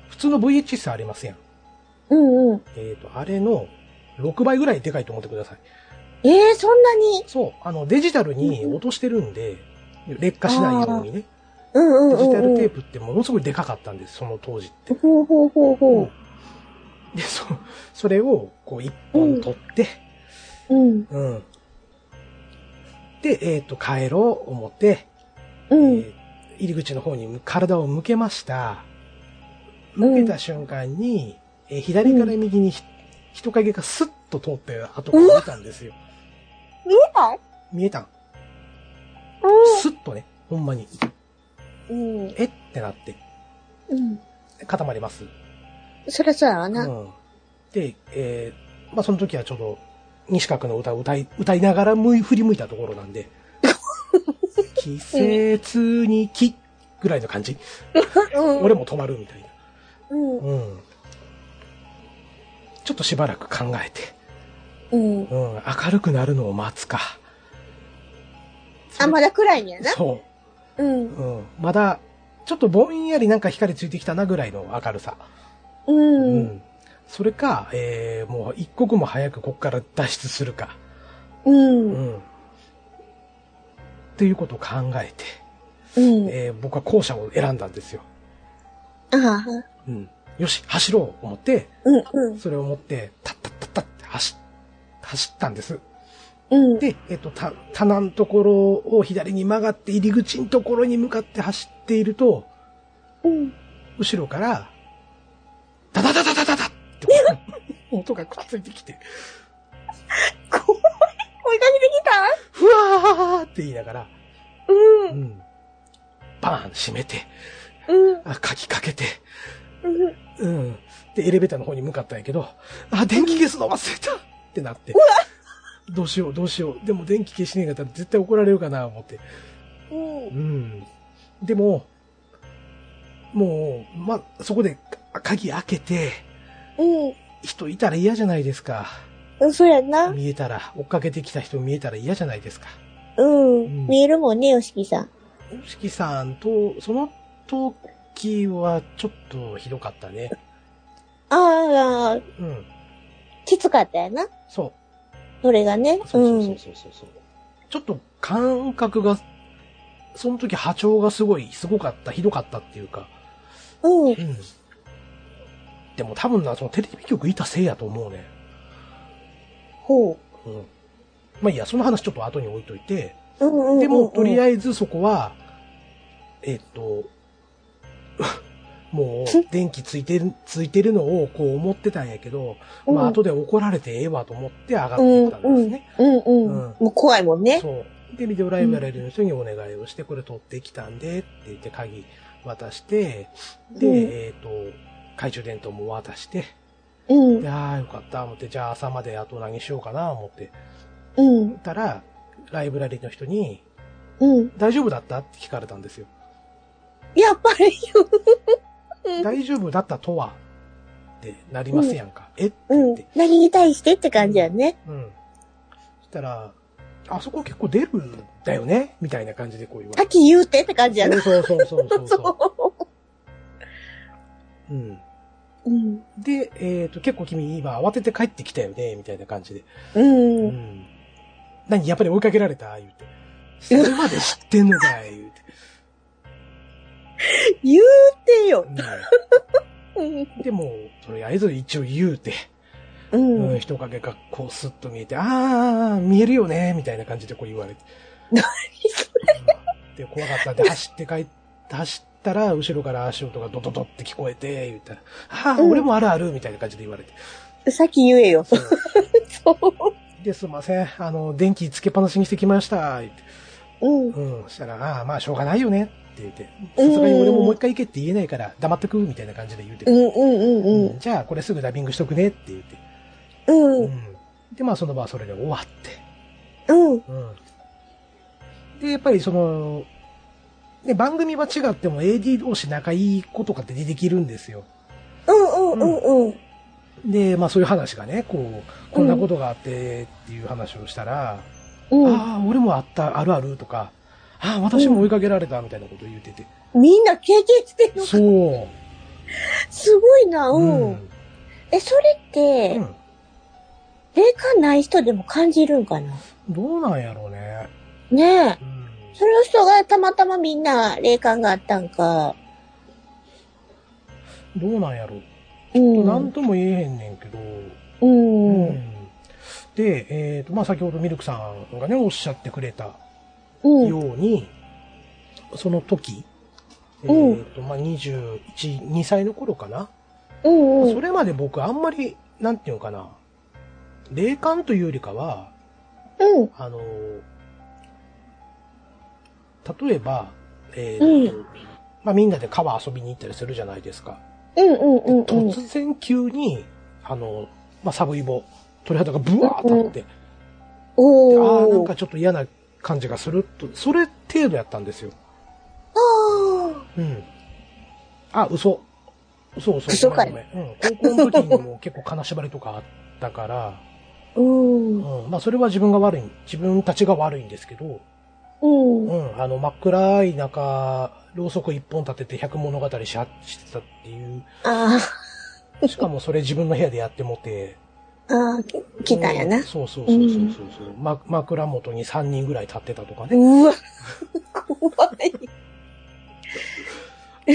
[SPEAKER 2] 普通の VHS ありますやん。
[SPEAKER 1] うんうん。
[SPEAKER 2] えーっと、あれの6倍ぐらいでかいと思ってください。
[SPEAKER 1] ええ、そんなに
[SPEAKER 2] そう、あの、デジタルに落としてるんで、劣化しないようにね、
[SPEAKER 1] うんうん
[SPEAKER 2] デ
[SPEAKER 1] うん。
[SPEAKER 2] ジタルテ
[SPEAKER 1] ー
[SPEAKER 2] ープってものすごいでかかったんです、その当時って。
[SPEAKER 1] プ。ほうほうほうほう。
[SPEAKER 2] で、そ、それを、こう、一本取って、
[SPEAKER 1] うん。
[SPEAKER 2] うん。で、えっ、と、帰ろう、思って、
[SPEAKER 1] うん。
[SPEAKER 2] えー入り口の方に体を向けました。向けた瞬間に、えー左から右にひ人影がスッと通って後から見たんですよ。
[SPEAKER 1] 見えない
[SPEAKER 2] 見えたん。スッとね、ほんまに。
[SPEAKER 1] うん。うん。
[SPEAKER 2] えってなって、
[SPEAKER 1] うん。
[SPEAKER 2] 固まります。
[SPEAKER 1] そりゃそうやわな。
[SPEAKER 2] うん、で、えーまあその時はちょうど、西川君の歌を歌い、歌いながらむい振り向いたところな
[SPEAKER 1] [LAUGHS]
[SPEAKER 2] んで、季節に木ぐらいの感じ。
[SPEAKER 1] うん。
[SPEAKER 2] 俺も止まるみたいな。
[SPEAKER 1] うん。
[SPEAKER 2] うん。ちょっとしばらく考えて、
[SPEAKER 1] うん。
[SPEAKER 2] うん、明るくなるのを待つか。
[SPEAKER 1] あ、まだ暗いんやな。
[SPEAKER 2] そ
[SPEAKER 1] うん。
[SPEAKER 2] う。うん。まだ、ちょっとぼんやりなんか光ついてきたなぐらいの明るさ。
[SPEAKER 1] う。
[SPEAKER 2] うんんそれか、えー、もう一刻も早くここから脱出するか。
[SPEAKER 1] う。
[SPEAKER 2] うんん。っていうことを考えて、
[SPEAKER 1] うん。
[SPEAKER 2] えー僕は校舎を選んだんですよ。
[SPEAKER 1] ああ。
[SPEAKER 2] うん。よし、走ろうと思って、
[SPEAKER 1] うん。うん。
[SPEAKER 2] それを持って、タッタッタッタッって走っ、走ったんです。
[SPEAKER 1] うん。
[SPEAKER 2] で、えっと、た、棚のところを左に曲がって、入り口のところに向かって走っていると、
[SPEAKER 1] うん。
[SPEAKER 2] 後ろから、ダダダダダダダって音が [LAUGHS] 音がくっついてきて、
[SPEAKER 1] 怖い。追いかけてきた
[SPEAKER 2] ふわーって言いながら、
[SPEAKER 1] う。
[SPEAKER 2] うんん。バーン閉めて、
[SPEAKER 1] うん。
[SPEAKER 2] あ、鍵かけて、
[SPEAKER 1] うん。
[SPEAKER 2] うん。で、エレベーターの方に向かったんやけど、あ、電気消すの忘れたってなって。どうしよう、どうしよう。でも電気消しねえかったら絶対怒られるかな、思って。
[SPEAKER 1] うん
[SPEAKER 2] うん。でも、もう、ま、そこで、か鍵開けて、
[SPEAKER 1] うん。
[SPEAKER 2] 人いたら嫌じゃないですか。
[SPEAKER 1] うん。そうやな。
[SPEAKER 2] 見えたら、追っかけてきた人見えたら嫌じゃないですか。
[SPEAKER 1] うん。見えるもんね、よしきさん。
[SPEAKER 2] しきさんと、その時はちょっとひどかったね。
[SPEAKER 1] ああ、
[SPEAKER 2] うん。
[SPEAKER 1] きつかったやな。
[SPEAKER 2] そう。
[SPEAKER 1] それがね。う。
[SPEAKER 2] そうそうんそうそうそう。ちょっと感覚が、その時波長がすごい、すごかった、ひどかったっていうか。
[SPEAKER 1] うん。
[SPEAKER 2] うん。でも多分な、そのテレビ局いたせいやと思うね。
[SPEAKER 1] ほ
[SPEAKER 2] うん。まあいいや、その話ちょっと後に置いといて。
[SPEAKER 1] う。うんうん。
[SPEAKER 2] でも、とり
[SPEAKER 1] え
[SPEAKER 2] あえずそこは、えっと、 [LAUGHS] も
[SPEAKER 1] つ
[SPEAKER 2] う、電気ついてる、ついてるのをこう思ってたんやけど、まあ後で怒られてええわと思って上がっていったんですね。
[SPEAKER 1] うんうん。
[SPEAKER 2] うん
[SPEAKER 1] もう怖いもんね。
[SPEAKER 2] そう。で、ビデオライブラリーの人にお願いをして、これ取ってきたんで、って言って鍵渡して、で、
[SPEAKER 1] うん
[SPEAKER 2] えっ、と、懐中電灯も渡して、
[SPEAKER 1] うん
[SPEAKER 2] で、。ああ、よかった、思って、じゃあ朝まであと何しようかな、思って、
[SPEAKER 1] うん。
[SPEAKER 2] たら、ライブラリーの人に、
[SPEAKER 1] うん。
[SPEAKER 2] 大丈夫だったって聞かれたんですよ。
[SPEAKER 1] やっぱり。
[SPEAKER 2] 大丈夫だったとはってなりますやんか。えって
[SPEAKER 1] う
[SPEAKER 2] 言っ
[SPEAKER 1] ん
[SPEAKER 2] て。。
[SPEAKER 1] 何に対してって感じやね。
[SPEAKER 2] うん。そしたら、あそこ結構出るんだよねみたいな感じでこう言われて
[SPEAKER 1] 先言うてって感じやな。
[SPEAKER 2] そうそうそうそうそう。うん。
[SPEAKER 1] うん。
[SPEAKER 2] で、えっ、と、結構君今慌てて帰ってきたよね、みたいな感じで。
[SPEAKER 1] う。
[SPEAKER 2] うんん。何やっぱり追いかけられた言うて。それまで知ってんのかい言うて。
[SPEAKER 1] 言うてよ。うん。
[SPEAKER 2] うんでも、とりあえず一応言うて、
[SPEAKER 1] う
[SPEAKER 2] うんん、。人影がこうスッと見えて、あー、見えるよね、みたいな感じでこう言われて。で、怖かったんで走って帰って、走ったら、後ろから足音がドドドって聞こえて、言ったら、あー、
[SPEAKER 1] うん
[SPEAKER 2] 俺もあるある、みたいな感じで言われて。
[SPEAKER 1] 先言えよ。
[SPEAKER 2] [LAUGHS] そう
[SPEAKER 1] そう。
[SPEAKER 2] で、すいません。あの、電気つけっぱなしにしてきました。言って
[SPEAKER 1] うん。
[SPEAKER 2] うん。そしたら、ああ、まあ、しょうがないよね。って言って。
[SPEAKER 1] うん
[SPEAKER 2] さすがに俺ももう一回行けって言えないから、黙っとく、みたいな感じで言うて。
[SPEAKER 1] うんうんうん
[SPEAKER 2] うんじゃあ、これすぐダビングしとくね。って言って。
[SPEAKER 1] うん。う。
[SPEAKER 2] うんん。で、まあ、その場はそれで終わっ
[SPEAKER 1] うん。
[SPEAKER 2] て。うん。で、やっぱりその、ね、番組は違っても AD 同士仲いい子とかって出てきるんですよ。
[SPEAKER 1] うんうんうんうん。
[SPEAKER 2] で、まあそういう話がね、こう、こんなことがあってっていう話をしたら、
[SPEAKER 1] うん。
[SPEAKER 2] ああ、俺もあった、あるあるとか、ああ、私も追いかけられたみたいなことを言ってて。
[SPEAKER 1] みんな経験してる。
[SPEAKER 2] そ
[SPEAKER 1] すごいな、
[SPEAKER 2] う。
[SPEAKER 1] うん。え、それっ
[SPEAKER 2] う
[SPEAKER 1] て、
[SPEAKER 2] ん
[SPEAKER 1] 霊感ない人でも感じるんかな
[SPEAKER 2] どうなんやろうね。
[SPEAKER 1] ねえ。
[SPEAKER 2] うん
[SPEAKER 1] その人がたまたまみんな霊感があったんか。
[SPEAKER 2] どうなんやろう。と
[SPEAKER 1] う
[SPEAKER 2] 何
[SPEAKER 1] ん。
[SPEAKER 2] とも言えへんねんけど、
[SPEAKER 1] うん。うん。
[SPEAKER 2] で、えーとまあ、先ほどミルクさんがねおっしゃってくれた
[SPEAKER 1] うん。
[SPEAKER 2] ように、その時、え
[SPEAKER 1] うん
[SPEAKER 2] ーとまあ、21、2歳の頃かな、
[SPEAKER 1] うん。
[SPEAKER 2] それまで僕あんまり、なんていうのかな、霊感というよりかは、
[SPEAKER 1] うん。
[SPEAKER 2] あの、例えば、えーと
[SPEAKER 1] う
[SPEAKER 2] まあ、みんなで川遊びに行ったりするじゃないですか。
[SPEAKER 1] うん。うん。うん。うん。
[SPEAKER 2] 突然急に、あの、まあ、サブイボ、鳥肌がブワー立って、でああ、な
[SPEAKER 1] お
[SPEAKER 2] ん
[SPEAKER 1] ー。
[SPEAKER 2] かちょっと嫌な感じがすると、それ程度やったんですよ。
[SPEAKER 1] あ
[SPEAKER 2] うん。あ、嘘。嘘嘘。
[SPEAKER 1] 嘘かい
[SPEAKER 2] ごめんごめんうん。高校の時にも結構金縛りとかあったから、
[SPEAKER 1] ーうん。
[SPEAKER 2] うん。まあ、それは自分が悪い、自分たちが悪いんですけど、
[SPEAKER 1] うん。
[SPEAKER 2] うん、あの、真っ暗い中、ろうそく一本立てて百物語しはしてたっていう、
[SPEAKER 1] あ
[SPEAKER 2] しかもそれ自分の部屋でやってもて。
[SPEAKER 1] あ、ああ、き来たんや
[SPEAKER 2] う。
[SPEAKER 1] なん
[SPEAKER 2] そうそうそうそうそうそう、ま。枕元に3人ぐらい立ってたとかね。
[SPEAKER 1] うわ、怖い。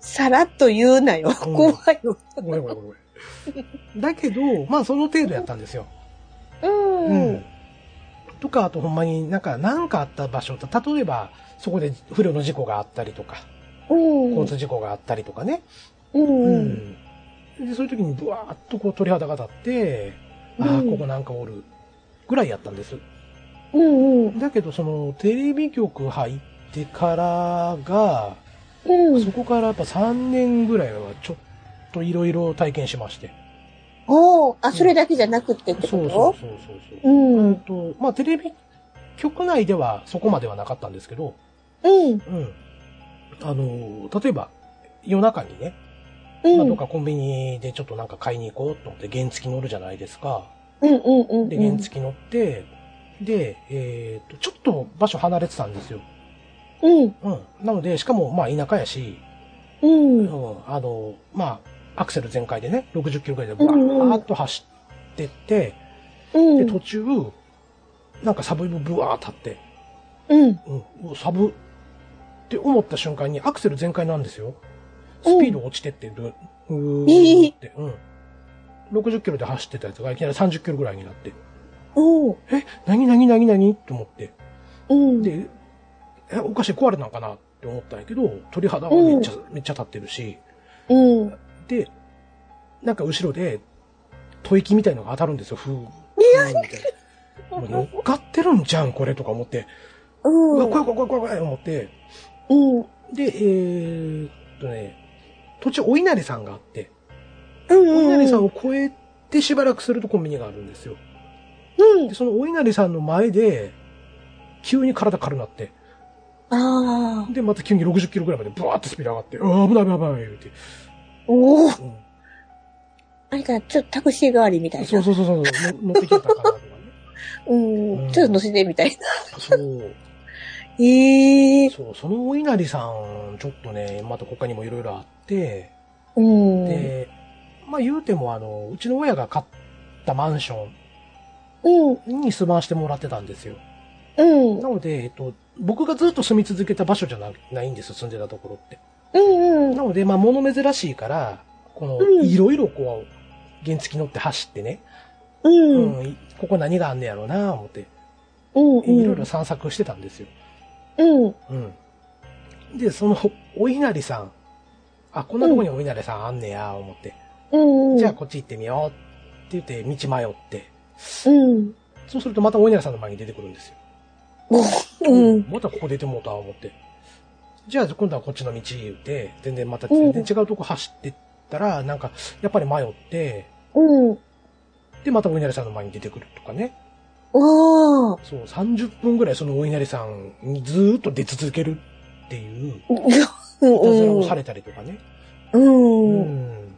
[SPEAKER 1] さらっと言うなよ。
[SPEAKER 2] うん
[SPEAKER 1] 怖いわ。
[SPEAKER 2] ごめんごめんごめん。だけど、まあその程度やったんですよ。
[SPEAKER 1] う。。
[SPEAKER 2] うんとか、あとほんまになんか、なんかあった場所、例えば、そこで不慮の事故があったりとか、
[SPEAKER 1] うん。う
[SPEAKER 2] 交
[SPEAKER 1] ん。
[SPEAKER 2] 通事故があったりとかね。
[SPEAKER 1] うん。
[SPEAKER 2] でそういう時にブワーッとこう鳥肌が立って、ああ
[SPEAKER 1] うん
[SPEAKER 2] ここなんかおるぐらいやったんです
[SPEAKER 1] うん。うん。
[SPEAKER 2] だけどそのテレビ局入ってからが
[SPEAKER 1] うん
[SPEAKER 2] そ。こからやっぱ3年ぐらいはちょっといろいろ体験しまして
[SPEAKER 1] おーあ、それだけじゃなくってって
[SPEAKER 2] そ
[SPEAKER 1] こ
[SPEAKER 2] うそう
[SPEAKER 1] と
[SPEAKER 2] そうそう
[SPEAKER 1] う
[SPEAKER 2] そう、
[SPEAKER 1] ん。うん。
[SPEAKER 2] とまあテレビ局内ではそこまではなかったんですけど、
[SPEAKER 1] うん。
[SPEAKER 2] うん、あの例えば夜中にね、
[SPEAKER 1] う
[SPEAKER 2] まあ、どっ
[SPEAKER 1] ん。
[SPEAKER 2] かコンビニでちょっとなんか買いに行こうと思って原付乗るじゃないですか
[SPEAKER 1] うん。うん。
[SPEAKER 2] で、原付乗って、で、えっと、ちょっと場所離れてたんですよ。
[SPEAKER 1] うん。
[SPEAKER 2] うん。なので、しかも、まあ、田舎やし、
[SPEAKER 1] うん。う。
[SPEAKER 2] うんん、あの、まあ、アクセル全開でね、60キロぐらいで
[SPEAKER 1] う
[SPEAKER 2] バ
[SPEAKER 1] んうん
[SPEAKER 2] ーっと走ってって、
[SPEAKER 1] う
[SPEAKER 2] で、
[SPEAKER 1] ん。
[SPEAKER 2] 途中、なんかサブイブブワー立って、
[SPEAKER 1] うん。
[SPEAKER 2] うん、うサブって思った瞬間にアクセル全開なんですよ。スピード落ちてって、ううーって、うん。60キロで走ってたやつがいきなり30キロぐらいになって、
[SPEAKER 1] おー
[SPEAKER 2] え、何何何何って思って、
[SPEAKER 1] うん。
[SPEAKER 2] で、え、お菓子壊れなんかなって思ったんやけど、鳥肌はめっちゃ、めっちゃ立ってるし、
[SPEAKER 1] うん。
[SPEAKER 2] で、なんか後ろで、吐息みたいのが当たるんですよ、ふー。ふーみたいな。もう乗っかってるんじゃん、これとか思って。うわ、
[SPEAKER 1] うん。
[SPEAKER 2] 怖い怖い怖い怖い怖い思って。
[SPEAKER 1] うん。
[SPEAKER 2] で、えー、っとね、途中お稲荷さんがあって、
[SPEAKER 1] うん。
[SPEAKER 2] お稲荷さん
[SPEAKER 1] うん。
[SPEAKER 2] を越えてしばらくするとコンビニがあるんですよ。
[SPEAKER 1] うん
[SPEAKER 2] で、。そのお稲荷さんの前で、急に体軽なって、
[SPEAKER 1] ああ。
[SPEAKER 2] で、また急に60キロぐらいまでブワーってスピード上がって、ああ、危ない危ない危ない、言うて。
[SPEAKER 1] おお。
[SPEAKER 2] うん
[SPEAKER 1] あれか、ちょっとタクシー代わりみたいな。
[SPEAKER 2] そうそうそうそう、の乗ってきてたからとかね。
[SPEAKER 1] うん。ちょっと乗せてみたいな。
[SPEAKER 2] そう、
[SPEAKER 1] ええ
[SPEAKER 2] そう、そのお稲荷さん、ちょっとね、また他にもいろいろあって、
[SPEAKER 1] うん。
[SPEAKER 2] で、まあ言うても、あの、うちの親が買ったマンショ
[SPEAKER 1] うん。
[SPEAKER 2] ンに住まわしてもらってたんですよ。
[SPEAKER 1] うん。
[SPEAKER 2] なので、えっと、僕がずっと住み続けた場所じゃなないんですよ、住んでたところって。
[SPEAKER 1] うん。うん。
[SPEAKER 2] なので、まあ物珍しいから、こ
[SPEAKER 1] う
[SPEAKER 2] の、
[SPEAKER 1] ん
[SPEAKER 2] いろいろこう、原付乗って走ってね、
[SPEAKER 1] う。
[SPEAKER 2] うんん、ここ何があんねやろうな、思って、
[SPEAKER 1] うん。
[SPEAKER 2] いろいろ散策してたんですよ。
[SPEAKER 1] うん。
[SPEAKER 2] うん。で、その、お稲荷さん。あ、こんなとこにお稲荷さんあんねや、思って。
[SPEAKER 1] うん。
[SPEAKER 2] じゃあ、こっち行ってみようって言って、道迷って。
[SPEAKER 1] うん。
[SPEAKER 2] そうするとまたお稲荷さんの前に出てくるんですよ。
[SPEAKER 1] うん。
[SPEAKER 2] またここ出てもうた、思って。じゃあ、今度はこっちの道言って、全然また全然違うとこ走ってったら、なんか、やっぱり迷って、
[SPEAKER 1] うん。
[SPEAKER 2] で、またお稲荷さんの前に出てくるとかね。
[SPEAKER 1] わあ。
[SPEAKER 2] そう、30分ぐらいそのお稲荷さんにずーっと出続けるっていう、
[SPEAKER 1] う
[SPEAKER 2] いたずらを
[SPEAKER 1] ん
[SPEAKER 2] さ。れたりとかね。
[SPEAKER 1] うん。うん。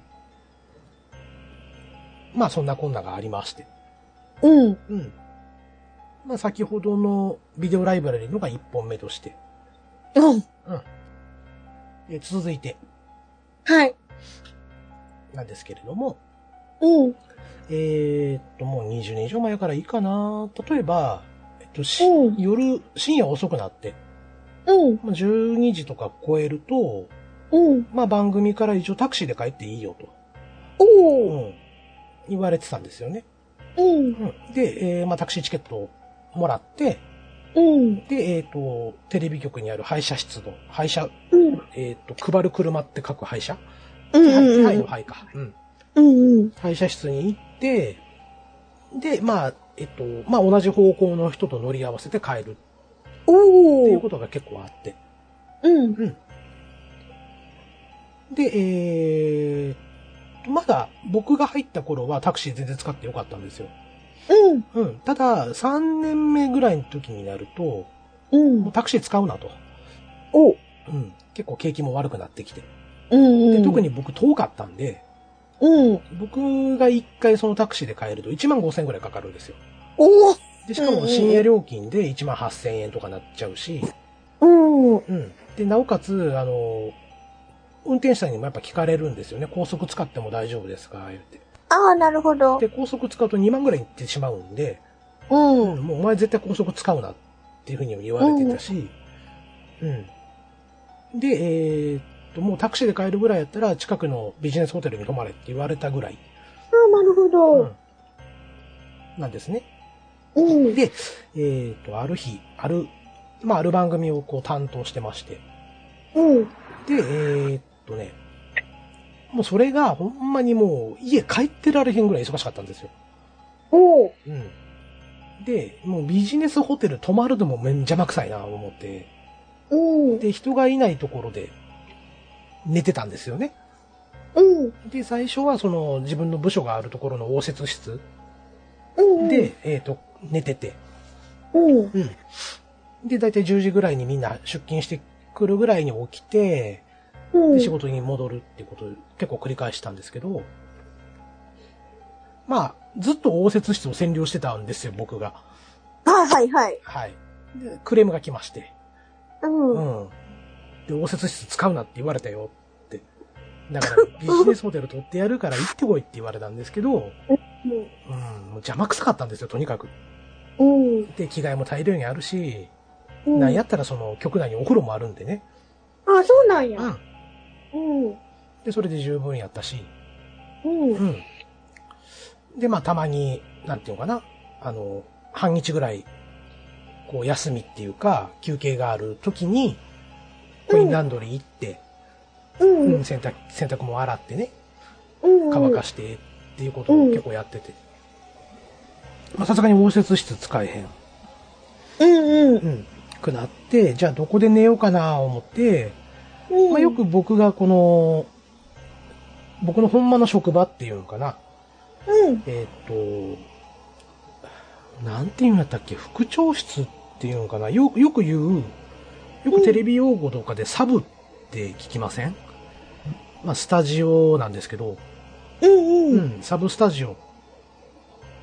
[SPEAKER 2] まあそんなこんながありまして。
[SPEAKER 1] うん。
[SPEAKER 2] うん。まあ先ほどのビデオライブラリのが1本目として。え続いて
[SPEAKER 1] はい。
[SPEAKER 2] なんですけれども、
[SPEAKER 1] うん。
[SPEAKER 2] えーっと、もう20年以上前からいいかな。例えば、えっと、し
[SPEAKER 1] うん
[SPEAKER 2] 夜、深夜遅くなって、
[SPEAKER 1] うん。
[SPEAKER 2] まあ12時とか超えると、
[SPEAKER 1] うん。
[SPEAKER 2] まあ番組から一応タクシーで帰っていいよと。う
[SPEAKER 1] おー。
[SPEAKER 2] ん、言われてたんですよね。
[SPEAKER 1] うん。
[SPEAKER 2] うん、で、えーまあ、タクシーチケットをもらって、
[SPEAKER 1] うん。
[SPEAKER 2] で、えっ、と、テレビ局にある廃車室の、廃車、
[SPEAKER 1] うん。
[SPEAKER 2] えっ、と、配る車って書く廃車
[SPEAKER 1] うん。
[SPEAKER 2] はい、
[SPEAKER 1] うん。
[SPEAKER 2] はいの廃か。うん。
[SPEAKER 1] うん。うん。
[SPEAKER 2] 廃車室に行って、で、まあ、えっ、と、まあ、同じ方向の人と乗り合わせて帰るってい
[SPEAKER 1] お
[SPEAKER 2] う
[SPEAKER 1] ー。
[SPEAKER 2] ことが結構あって。
[SPEAKER 1] うん。
[SPEAKER 2] で、えー、まだ僕が入った頃はタクシー全然使ってよかったんですよ。
[SPEAKER 1] うん。
[SPEAKER 2] うん。ただ、3年目ぐらいの時になると、
[SPEAKER 1] うん
[SPEAKER 2] もう。タクシー使うなと。
[SPEAKER 1] お
[SPEAKER 2] うん。結構景気も悪くなってきて。
[SPEAKER 1] うん。う
[SPEAKER 2] で
[SPEAKER 1] ん。
[SPEAKER 2] 特。に僕遠かったんで、
[SPEAKER 1] うん。
[SPEAKER 2] 僕が一回そのタクシーで帰ると1万5千円くらいかかるんですよ。
[SPEAKER 1] おー。
[SPEAKER 2] で、しか
[SPEAKER 1] うんうんう
[SPEAKER 2] も
[SPEAKER 1] ん
[SPEAKER 2] 深夜料金で1万8千円とかなっちゃうし、
[SPEAKER 1] うん。
[SPEAKER 2] うん。で、なおかつ、あの、運転手さんにもやっぱ聞かれるんですよね。高速使っても大丈夫ですか言って。
[SPEAKER 1] ああ、なるほど。
[SPEAKER 2] で、高速使うと2万ぐらいいってしまうんで、
[SPEAKER 1] うん。
[SPEAKER 2] もうお前絶対高速使うなっていうふうにも言われてたし、うん。で、えーっと、もうタクシーで帰るぐらいやったら近くのビジネスホテルに泊まれって言われたぐらい、
[SPEAKER 1] ああ、なるほ
[SPEAKER 2] うん
[SPEAKER 1] ど。
[SPEAKER 2] なんですね。
[SPEAKER 1] うん。
[SPEAKER 2] で、えーっと、ある日、ある、まあ、ある番組をこう担当してまして、
[SPEAKER 1] うん。
[SPEAKER 2] で、えーっとね、もうそれがほんまにもう家帰ってられへんぐらい忙しかったんですよ。
[SPEAKER 1] おー。
[SPEAKER 2] うん。で、もうビジネスホテル泊まるのもめん邪魔くさいなと思って、
[SPEAKER 1] うん。
[SPEAKER 2] で、人がいないところで寝てたんですよね。
[SPEAKER 1] うん。
[SPEAKER 2] で、最初はその自分の部署があるところの応接室
[SPEAKER 1] うん。
[SPEAKER 2] で、、えーっと、寝てて。
[SPEAKER 1] うん。
[SPEAKER 2] うん。で、だいたい10時ぐらいにみんな出勤してくるぐらいに起きて、
[SPEAKER 1] う
[SPEAKER 2] で
[SPEAKER 1] ん。
[SPEAKER 2] 仕事に戻るってことを結構繰り返したんですけど、まあ、ずっと応接室を占領してたんですよ、僕が。
[SPEAKER 1] はいはいはい。
[SPEAKER 2] はい。でクレームが来まして。
[SPEAKER 1] うん。
[SPEAKER 2] う
[SPEAKER 1] うん。
[SPEAKER 2] ん。で、応接室使うなって言われたよって。
[SPEAKER 1] [LAUGHS]
[SPEAKER 2] だから、ビジネスホテル取ってやるから行ってこいって言われたんですけど、うん、もう邪魔くさかったんですよ、とにかく。
[SPEAKER 1] うん。
[SPEAKER 2] で、着替えも大量にあるし、
[SPEAKER 1] うん。
[SPEAKER 2] なんやったらその、局内にお風呂もあるんでね。
[SPEAKER 1] あ、そうなんや。
[SPEAKER 2] ん。
[SPEAKER 1] うん。
[SPEAKER 2] で、それで十分やったし、
[SPEAKER 1] うん。うん。
[SPEAKER 2] うん。で、まあ、たまに、なんていうのかな、あの、半日ぐらい、こう、休みっていうか、休憩がある時に、コインランドリー行って、
[SPEAKER 1] う
[SPEAKER 2] うん
[SPEAKER 1] ん。
[SPEAKER 2] 洗濯、洗濯も洗ってね、
[SPEAKER 1] うん。
[SPEAKER 2] 乾かしてっていうことを結構やってて。まあ、さすがに応接室使え
[SPEAKER 1] う
[SPEAKER 2] へん。
[SPEAKER 1] んうん。
[SPEAKER 2] うん。くなって、じゃあどこで寝ようかな、思って、
[SPEAKER 1] うん。
[SPEAKER 2] まあ、よ。く僕がこの、僕のほんまの職場っていうのかな、
[SPEAKER 1] うん。
[SPEAKER 2] えーっと、なんていうんだったっけ、副長室っていうのかな、よよく言う、よくテレビ用語とかでサブって聞きません、まあ、スタジオなんですけど、
[SPEAKER 1] うんうん。
[SPEAKER 2] うんサブスタジオっ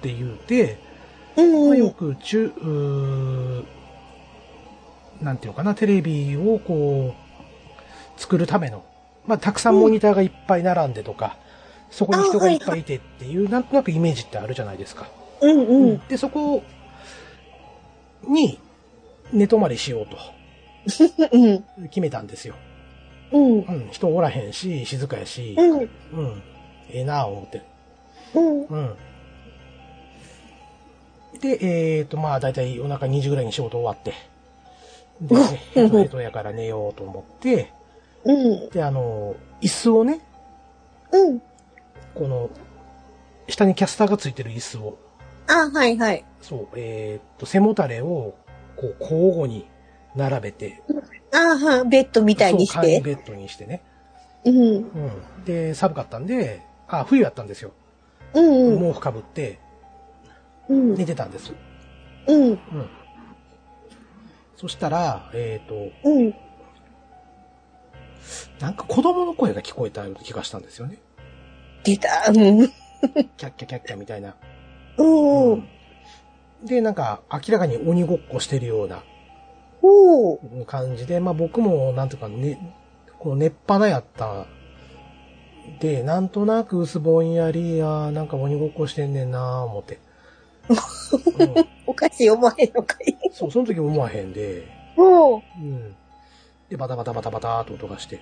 [SPEAKER 2] て言うて、
[SPEAKER 1] うん
[SPEAKER 2] ま
[SPEAKER 1] う
[SPEAKER 2] あ、よ
[SPEAKER 1] ん。
[SPEAKER 2] く中、うーなんていうのかな、テレビをこう、作るための、まあ、たくさんモニターがいっぱい並んでとか、そこに人がいっぱいいてっていう、なんとなくイメージってあるじゃないですか。
[SPEAKER 1] うんうん。
[SPEAKER 2] で、そこに寝泊まりしようと
[SPEAKER 1] うん。
[SPEAKER 2] 決めたんですよ。
[SPEAKER 1] うん。
[SPEAKER 2] うん、人おらへんし、静かやし
[SPEAKER 1] う、ん。
[SPEAKER 2] うん、ええなあ思って。
[SPEAKER 1] うん。
[SPEAKER 2] うん。で、えっ、と、まあ、だいたいお腹2時ぐらいに仕事終わって、で、ヘトヘトやから寝ようと思って、
[SPEAKER 1] うん。
[SPEAKER 2] で、あの、椅子をね、
[SPEAKER 1] うん。
[SPEAKER 2] この、下にキャスターがついてる椅子を、
[SPEAKER 1] あ、はいはい。
[SPEAKER 2] そう、えっ、と、背もたれを、こう、交互に並べて、
[SPEAKER 1] あは、ベッドみたいにし
[SPEAKER 2] そう簡易
[SPEAKER 1] て。
[SPEAKER 2] ベッドにしてね。
[SPEAKER 1] うん。
[SPEAKER 2] うん。で、寒かったんで、あ、冬やったんですよ。
[SPEAKER 1] うんうん。
[SPEAKER 2] 毛布かぶって
[SPEAKER 1] うん
[SPEAKER 2] 寝。てたんです。
[SPEAKER 1] うん。
[SPEAKER 2] うん。そしたら、えっ、と、
[SPEAKER 1] うん。
[SPEAKER 2] なんか子供の声が聞こえたような気がしたんですよね。
[SPEAKER 1] 出た。うん。
[SPEAKER 2] キャッキャキャッキャみたいな。
[SPEAKER 1] うん。
[SPEAKER 2] で、なんか明らかに鬼ごっこしてるような
[SPEAKER 1] おお。
[SPEAKER 2] 感じで、まあ僕もなんとかね、こう寝っぱなやった。で、なんとなく薄ぼんやり、あーなんか鬼ごっこしてんねんなー
[SPEAKER 1] [LAUGHS]
[SPEAKER 2] 思って。うん
[SPEAKER 1] お菓子読まへんのかい。
[SPEAKER 2] そう、その時思わへんで、
[SPEAKER 1] おう。
[SPEAKER 2] うん。で、バタバタバタバターと音がして、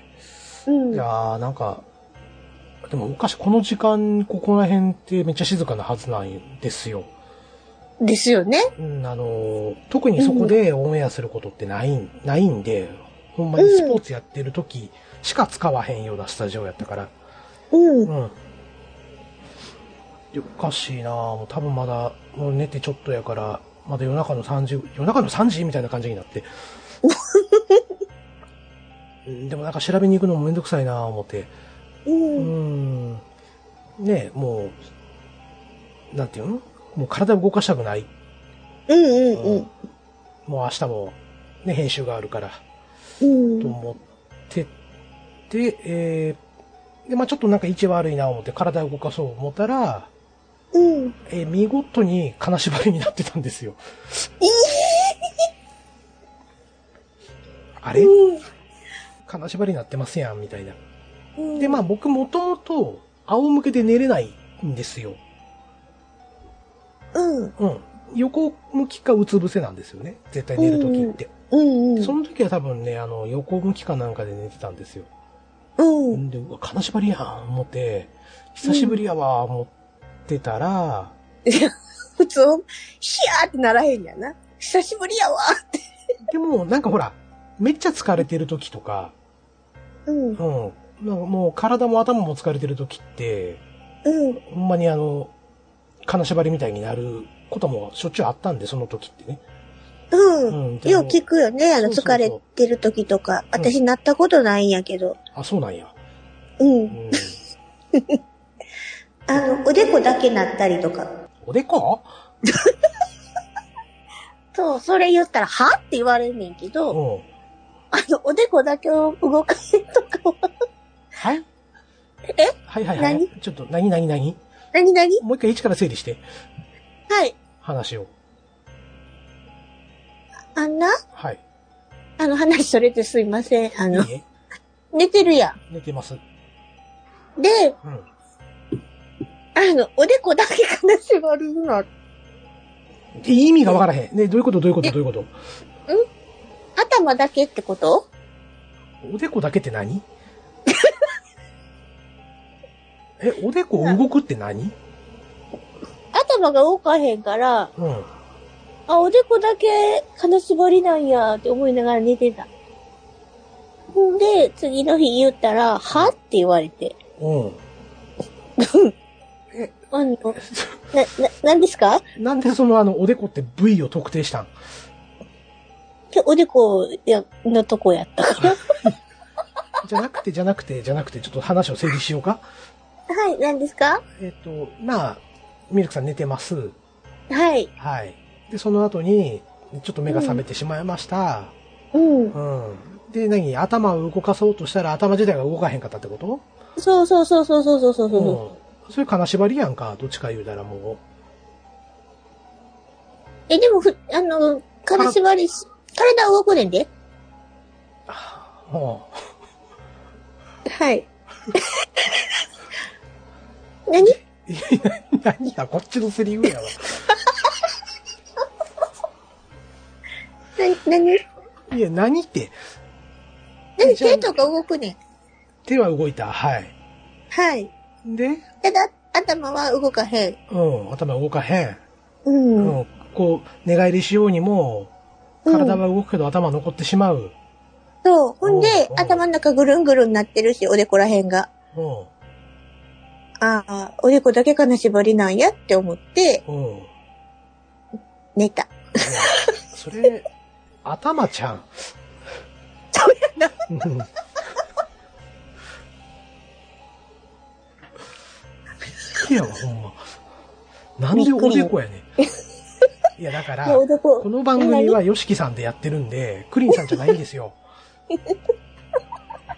[SPEAKER 1] うん。
[SPEAKER 2] いやー、なんか、でもおかしい。この時間、ここら辺ってめっちゃ静かなはずなんですよ。
[SPEAKER 1] ですよね。
[SPEAKER 2] うん、あの、特にそこでオンエアすることってない、ん、ないんで、ほんまにスポーツやってる時しか使わへんようなスタジオやったから。
[SPEAKER 1] うん。
[SPEAKER 2] うん。でおかしいなぁ。もう多分まだ、もう寝てちょっとやから、まだ夜中の3時、夜中の3時みたいな感じになって。うんでもなんか調べに行くのもめんどくさいなぁ思って。
[SPEAKER 1] う。
[SPEAKER 2] うんん。ねえ、もう、なんていうのもう体を動かしたくない。
[SPEAKER 1] うんうん
[SPEAKER 2] もう明日も、ね、編集があるから、
[SPEAKER 1] うん。
[SPEAKER 2] と
[SPEAKER 1] うん。
[SPEAKER 2] 思ってて、えーで、まあちょっとなんか位置悪いな思って体を動かそう思ったら、
[SPEAKER 1] うん。
[SPEAKER 2] えー見事に金縛りになってたんですよ。あれ金縛りになってますやん、みたいな。
[SPEAKER 1] うん。
[SPEAKER 2] で、まあ僕もともと仰向けで寝れないんですよ。
[SPEAKER 1] うん。
[SPEAKER 2] うん。横向きかうつ伏せなんですよね。絶対寝るときって。
[SPEAKER 1] うんうん。
[SPEAKER 2] その時は多分ね、あの、横向きかなんかで寝てたんですよ。
[SPEAKER 1] うん。
[SPEAKER 2] で、うわ、金縛りやん、思って、久しぶりやわ、思ってたら、
[SPEAKER 1] 普通、ヒヤーってならへんやな。久しぶりやわ
[SPEAKER 2] でも、なんかほら、めっちゃ疲れてる時とか、
[SPEAKER 1] うん。
[SPEAKER 2] うん。なんかもう体も頭も疲れてる時って、
[SPEAKER 1] うん。
[SPEAKER 2] ほんまにあの、金縛りみたいになることもしょっちゅうあったんで、その時ってね。
[SPEAKER 1] う。
[SPEAKER 2] うんん。で
[SPEAKER 1] よう聞くよね。あの、
[SPEAKER 2] そうそうそう
[SPEAKER 1] 疲れてる時とか。
[SPEAKER 2] ん
[SPEAKER 1] 私なったことないんやけど。
[SPEAKER 2] あ、そうなんや。
[SPEAKER 1] う。
[SPEAKER 2] うんん。
[SPEAKER 1] あの、おでこだけなったりとか。
[SPEAKER 2] [LAUGHS] おでこ
[SPEAKER 1] そう、それ言ったら、はって言われんねんけ
[SPEAKER 2] う
[SPEAKER 1] ど、
[SPEAKER 2] ん。
[SPEAKER 1] あの、おでこだけを動かへんとかは、
[SPEAKER 2] はい
[SPEAKER 1] え
[SPEAKER 2] はいはいはい。
[SPEAKER 1] 何
[SPEAKER 2] ちょっと、何何何
[SPEAKER 1] 何々
[SPEAKER 2] もう一回一から整理して、
[SPEAKER 1] はい。
[SPEAKER 2] 話を。
[SPEAKER 1] あんな
[SPEAKER 2] はい。
[SPEAKER 1] あの、話それてすいません。あの、
[SPEAKER 2] いいえ
[SPEAKER 1] 寝てるや
[SPEAKER 2] 寝てます。
[SPEAKER 1] ん。で、
[SPEAKER 2] うん。
[SPEAKER 1] あの、おでこだけ金縛るの。
[SPEAKER 2] 意味がわからへん。ね、どういうことどういうことどういうこと
[SPEAKER 1] 頭だけってこと
[SPEAKER 2] おでこだけっ
[SPEAKER 1] [LAUGHS]
[SPEAKER 2] て何え、おでこ動くって何
[SPEAKER 1] 頭が動かへんから、
[SPEAKER 2] うん。
[SPEAKER 1] あ、おでこだけ金縛りなんやって思いながら寝てた。ほんで、次の日言ったら、はって言われて。
[SPEAKER 2] うん。
[SPEAKER 1] あの、な、な、なんですか
[SPEAKER 2] なんでそのあの、おでこって部位を特定したん
[SPEAKER 1] 今日おでこや、のとこやったから。
[SPEAKER 2] じゃなくて、じゃなくて、じゃなくて、ちょっと話を整理しようか。
[SPEAKER 1] はい、なんですか
[SPEAKER 2] えっ、と、まあ、ミルクさん寝てます。
[SPEAKER 1] はい。
[SPEAKER 2] はい。で、その後に、ちょっと目が覚めてしまいました。
[SPEAKER 1] うん。
[SPEAKER 2] うん。で、何頭を動かそうとしたら頭自体が動かへんかったってこと
[SPEAKER 1] そうそうそうそうそうそうそう
[SPEAKER 2] う
[SPEAKER 1] そう。
[SPEAKER 2] ん。それ金縛りやんか、どっちか言うたらも
[SPEAKER 1] え、でもふ、あの、金縛りし、体動くねんで。
[SPEAKER 2] う。うん。
[SPEAKER 1] はい。 [LAUGHS] 何
[SPEAKER 2] [LAUGHS] いや何や、こっちのセリフやわ。
[SPEAKER 1] 何何
[SPEAKER 2] いや、何って。
[SPEAKER 1] 何
[SPEAKER 2] じゃあ
[SPEAKER 1] 手とか動くねん。
[SPEAKER 2] 手は動いた。はい。
[SPEAKER 1] はい。
[SPEAKER 2] で、
[SPEAKER 1] ただ、頭は動かへん。
[SPEAKER 2] うん、頭動かへん。
[SPEAKER 1] う。
[SPEAKER 2] うんん、こう、寝返りしようにも、体は動くけど頭残ってしまう。
[SPEAKER 1] そう。ほんで
[SPEAKER 2] おうお、う
[SPEAKER 1] 頭の中ぐるんぐるんなってるし、おでこらへんが。
[SPEAKER 2] うん、
[SPEAKER 1] ああ、おでこだけ金縛りなんやって思って、
[SPEAKER 2] うん。いや
[SPEAKER 1] 寝た。
[SPEAKER 2] それ、頭ちゃん。
[SPEAKER 1] そうやな。
[SPEAKER 2] うんいやわ、ほんま。なんでおでこやねん。いや、だから、
[SPEAKER 1] [LAUGHS] もうおでこ。
[SPEAKER 2] この番組は y o s さんでやってるんで、クリンさんじゃないんですよ。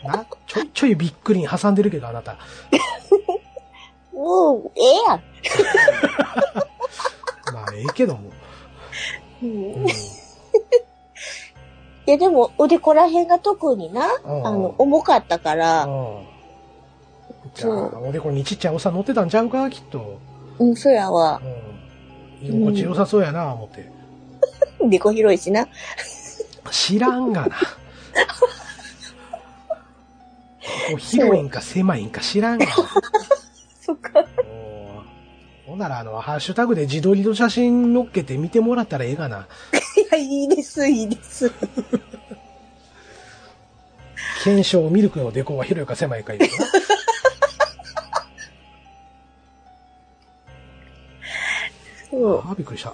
[SPEAKER 2] な、ちょいちょいびっくりに挟んでるけど、あなた。
[SPEAKER 1] もう、ええやん。
[SPEAKER 2] まあ、ええけども。
[SPEAKER 1] うん
[SPEAKER 2] うん、
[SPEAKER 1] いや、でも、おでこらへんが特にな、あ
[SPEAKER 2] うん
[SPEAKER 1] の、重かったから、
[SPEAKER 2] うんじゃあ、おでこにちっちゃいおさ乗ってたんちゃうか、きっと。
[SPEAKER 1] うん、そやわ。
[SPEAKER 2] うん。居心地良さそうやな、思って。
[SPEAKER 1] でこ広いしな。 [LAUGHS]
[SPEAKER 2] 知らんがな。もう広いんか狭いんか知らんが。
[SPEAKER 1] [LAUGHS] そっか。
[SPEAKER 2] もうほんなら、あの、ハッシュタグで自撮りの写真載っけて見てもらったらええがな。
[SPEAKER 1] いや、いいです、いいです。
[SPEAKER 2] 検証ミルクのデコは広いか狭いか言うてな。
[SPEAKER 1] そう。
[SPEAKER 2] あーびっくりした。
[SPEAKER 1] っ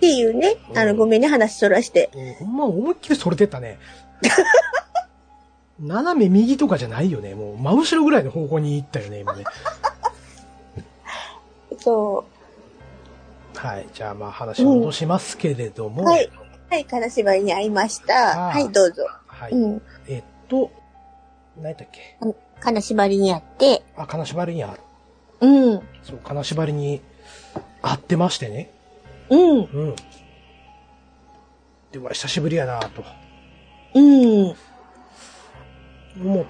[SPEAKER 1] ていうね、あ
[SPEAKER 2] う
[SPEAKER 1] の、
[SPEAKER 2] ん
[SPEAKER 1] ごめんね、話そらして。
[SPEAKER 2] うんほんま思いっきりそれてったね。 [LAUGHS] 斜め右とかじゃないよね。もう真後ろぐらいの方向に行ったよね、今ね。
[SPEAKER 1] そ
[SPEAKER 2] はい。じゃあまあ話を戻しますけれども。
[SPEAKER 1] う。はい。はい、金縛りに会いました。
[SPEAKER 2] あ
[SPEAKER 1] は
[SPEAKER 2] ー
[SPEAKER 1] い、どうぞ。
[SPEAKER 2] はい。
[SPEAKER 1] うん。
[SPEAKER 2] えっと、何やったっけ
[SPEAKER 1] 金縛りに会って、
[SPEAKER 2] あ、金縛りにあ、
[SPEAKER 1] うん。
[SPEAKER 2] そう、金縛りに会ってましてね。
[SPEAKER 1] うん。
[SPEAKER 2] うん。で、うわ、久しぶりやなと
[SPEAKER 1] うん。
[SPEAKER 2] 思っ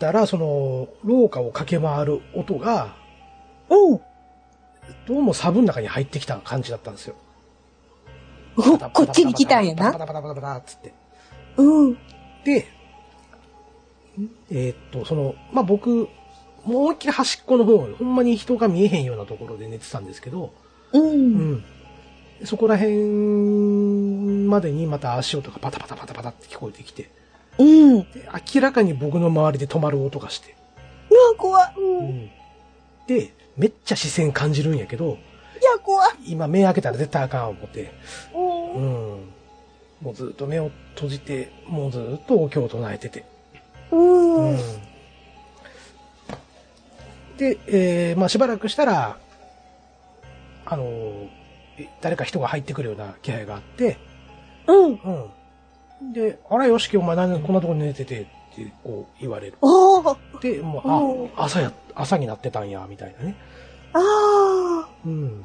[SPEAKER 2] たら、その、廊下を駆け回る音が、
[SPEAKER 1] うん。
[SPEAKER 2] どうもサブの中に入ってきた感じだったんですよ。
[SPEAKER 1] おこっちに来たんや
[SPEAKER 2] パ
[SPEAKER 1] な。
[SPEAKER 2] タパタパタパタパタっつって。
[SPEAKER 1] うん。
[SPEAKER 2] で、えーっと、その、まあ、僕、もう思いっきり端っこの方、ほんまに人が見えへんようなところで寝てたんですけど、
[SPEAKER 1] う。
[SPEAKER 2] うんん。そこら辺までにまた足音がパタパタパタパタって聞こえてきて、
[SPEAKER 1] うん。うわ、
[SPEAKER 2] で明らかに僕の周りで止まる音がして、
[SPEAKER 1] 怖っ。う。
[SPEAKER 2] うん
[SPEAKER 1] い
[SPEAKER 2] ん。で、めっちゃ視線感じるんやけど、
[SPEAKER 1] や、怖っ。
[SPEAKER 2] 今目開けたら絶対あかん思って、う。
[SPEAKER 1] うん
[SPEAKER 2] もうずっと目を閉じて、もうずっとお経を唱えてて。
[SPEAKER 1] ん。うん。
[SPEAKER 2] で、えーまあしばらくしたら、あのーえ誰か人が入ってくるような気配があって、
[SPEAKER 1] うん。
[SPEAKER 2] うん。で、あら、よしき、お前何でこんなとこに寝てて、ってこう言われる。
[SPEAKER 1] おー。
[SPEAKER 2] で、も
[SPEAKER 1] お
[SPEAKER 2] う、あ、朝や、朝になってたんや、みたいなね。
[SPEAKER 1] あ
[SPEAKER 2] うん。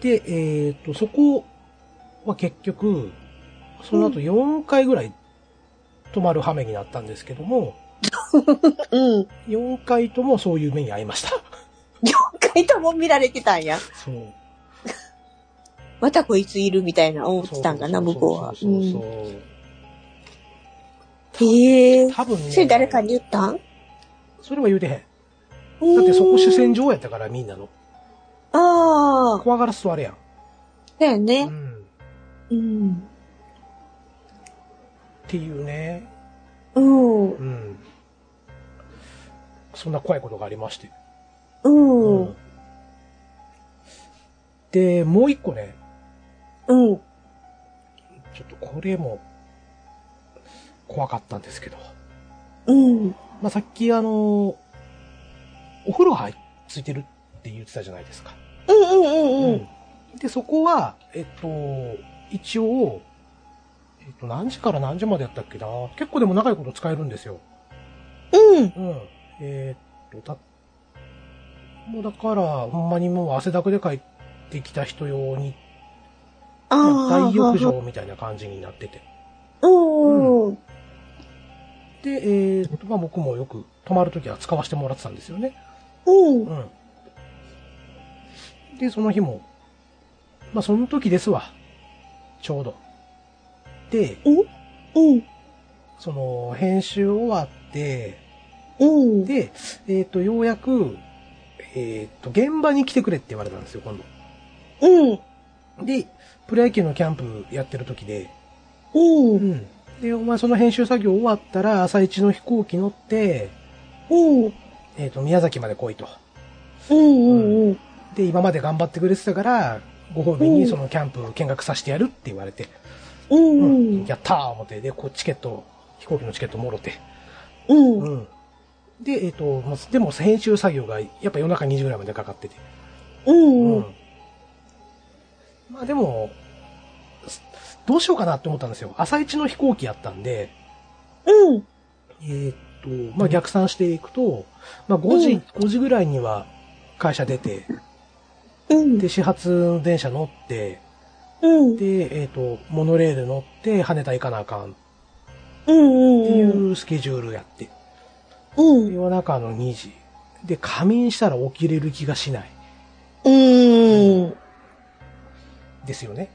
[SPEAKER 2] で、えっ、と、そこは結局、その後4回ぐらい泊まる羽目になったんですけども、
[SPEAKER 1] あ。うん。
[SPEAKER 2] 4回ともそういう目に遭いました。
[SPEAKER 1] 4回とも見られてたんや。
[SPEAKER 2] そう。
[SPEAKER 1] またこいついるみたいな思っ
[SPEAKER 2] そ
[SPEAKER 1] てたんかな、向こうは。。
[SPEAKER 2] そううそうんそう。
[SPEAKER 1] へえ。
[SPEAKER 2] 多分ね、
[SPEAKER 1] それ誰かに言ったんだ
[SPEAKER 2] それは言うてへん。だってそこ主戦
[SPEAKER 1] 場。
[SPEAKER 2] 場やったからみんなの。
[SPEAKER 1] ああ。
[SPEAKER 2] 怖がらすとあれやん。
[SPEAKER 1] だよ
[SPEAKER 2] う
[SPEAKER 1] ね。
[SPEAKER 2] ん。
[SPEAKER 1] うん。
[SPEAKER 2] っていうね。
[SPEAKER 1] うん。
[SPEAKER 2] うん。そんな怖いことがありまして。
[SPEAKER 1] うん。うん。
[SPEAKER 2] で、もう一個ね、
[SPEAKER 1] うん。
[SPEAKER 2] ちょっとこれも、怖かったんですけど。
[SPEAKER 1] うん。
[SPEAKER 2] まあ、さっきあの、お風呂入っついてるって言ってたじゃないですか。
[SPEAKER 1] うん。うん。うん。
[SPEAKER 2] で、そこは、えっと、一応、えっと、何時から何時までやったっけな結構でも長いこと使えるんですよ。
[SPEAKER 1] うん。
[SPEAKER 2] うん。えーっと、だ、もうだから、ほんまにもう汗だくで帰ってきた人用に、まあ
[SPEAKER 1] ああ。
[SPEAKER 2] 大浴。場みたいな感じになってて。
[SPEAKER 1] うん。
[SPEAKER 2] で、えーっと、まあ僕もよく泊まるときは使わせてもらってたんですよね。
[SPEAKER 1] うん。
[SPEAKER 2] うん。で、その日も、まあその時ですわ。ちょうど。で、
[SPEAKER 1] うん。
[SPEAKER 2] その、編集終わって、
[SPEAKER 1] うん。
[SPEAKER 2] で、えっ、と、ようやく、えっ、と、現場に来てくれって言われたんですよ、今度。
[SPEAKER 1] うん。
[SPEAKER 2] で、プロ野球のキャンプやってる時で、
[SPEAKER 1] う。
[SPEAKER 2] うんん。で、お前その編集作業終わったら、朝一の飛行機乗って、
[SPEAKER 1] うん。
[SPEAKER 2] えっ、と、宮崎まで来いと。
[SPEAKER 1] うん。うん。
[SPEAKER 2] で、今まで頑張ってくれてたから、ご褒美
[SPEAKER 1] う
[SPEAKER 2] に
[SPEAKER 1] ん
[SPEAKER 2] そのキャンプ見学させてやるって言われて、
[SPEAKER 1] うん。
[SPEAKER 2] う
[SPEAKER 1] うん
[SPEAKER 2] ん。。やったー思って、で、こう、チケット、飛行機のチケットもろて、
[SPEAKER 1] うん。
[SPEAKER 2] うん。で、えっ、と、まあでも編集作業が、やっぱ夜中2時ぐらいまでかかってて、
[SPEAKER 1] うん。
[SPEAKER 2] まあでも、すどうしようかなって思ったんですよ。朝一の飛行機やったんで、
[SPEAKER 1] うん。
[SPEAKER 2] えーっと、まあ逆算していくと、まあ5時、
[SPEAKER 1] うん
[SPEAKER 2] 5時ぐらいには会社出て、
[SPEAKER 1] うん。
[SPEAKER 2] で、始発の電車乗って、
[SPEAKER 1] うん。
[SPEAKER 2] で、えーっと、モノレール乗って、羽田行かなあかんってい
[SPEAKER 1] うん。
[SPEAKER 2] うスケジュールやって、
[SPEAKER 1] うん。
[SPEAKER 2] 夜中の2時。で、仮眠したら起きれる気がしない。
[SPEAKER 1] うん。
[SPEAKER 2] ですよね。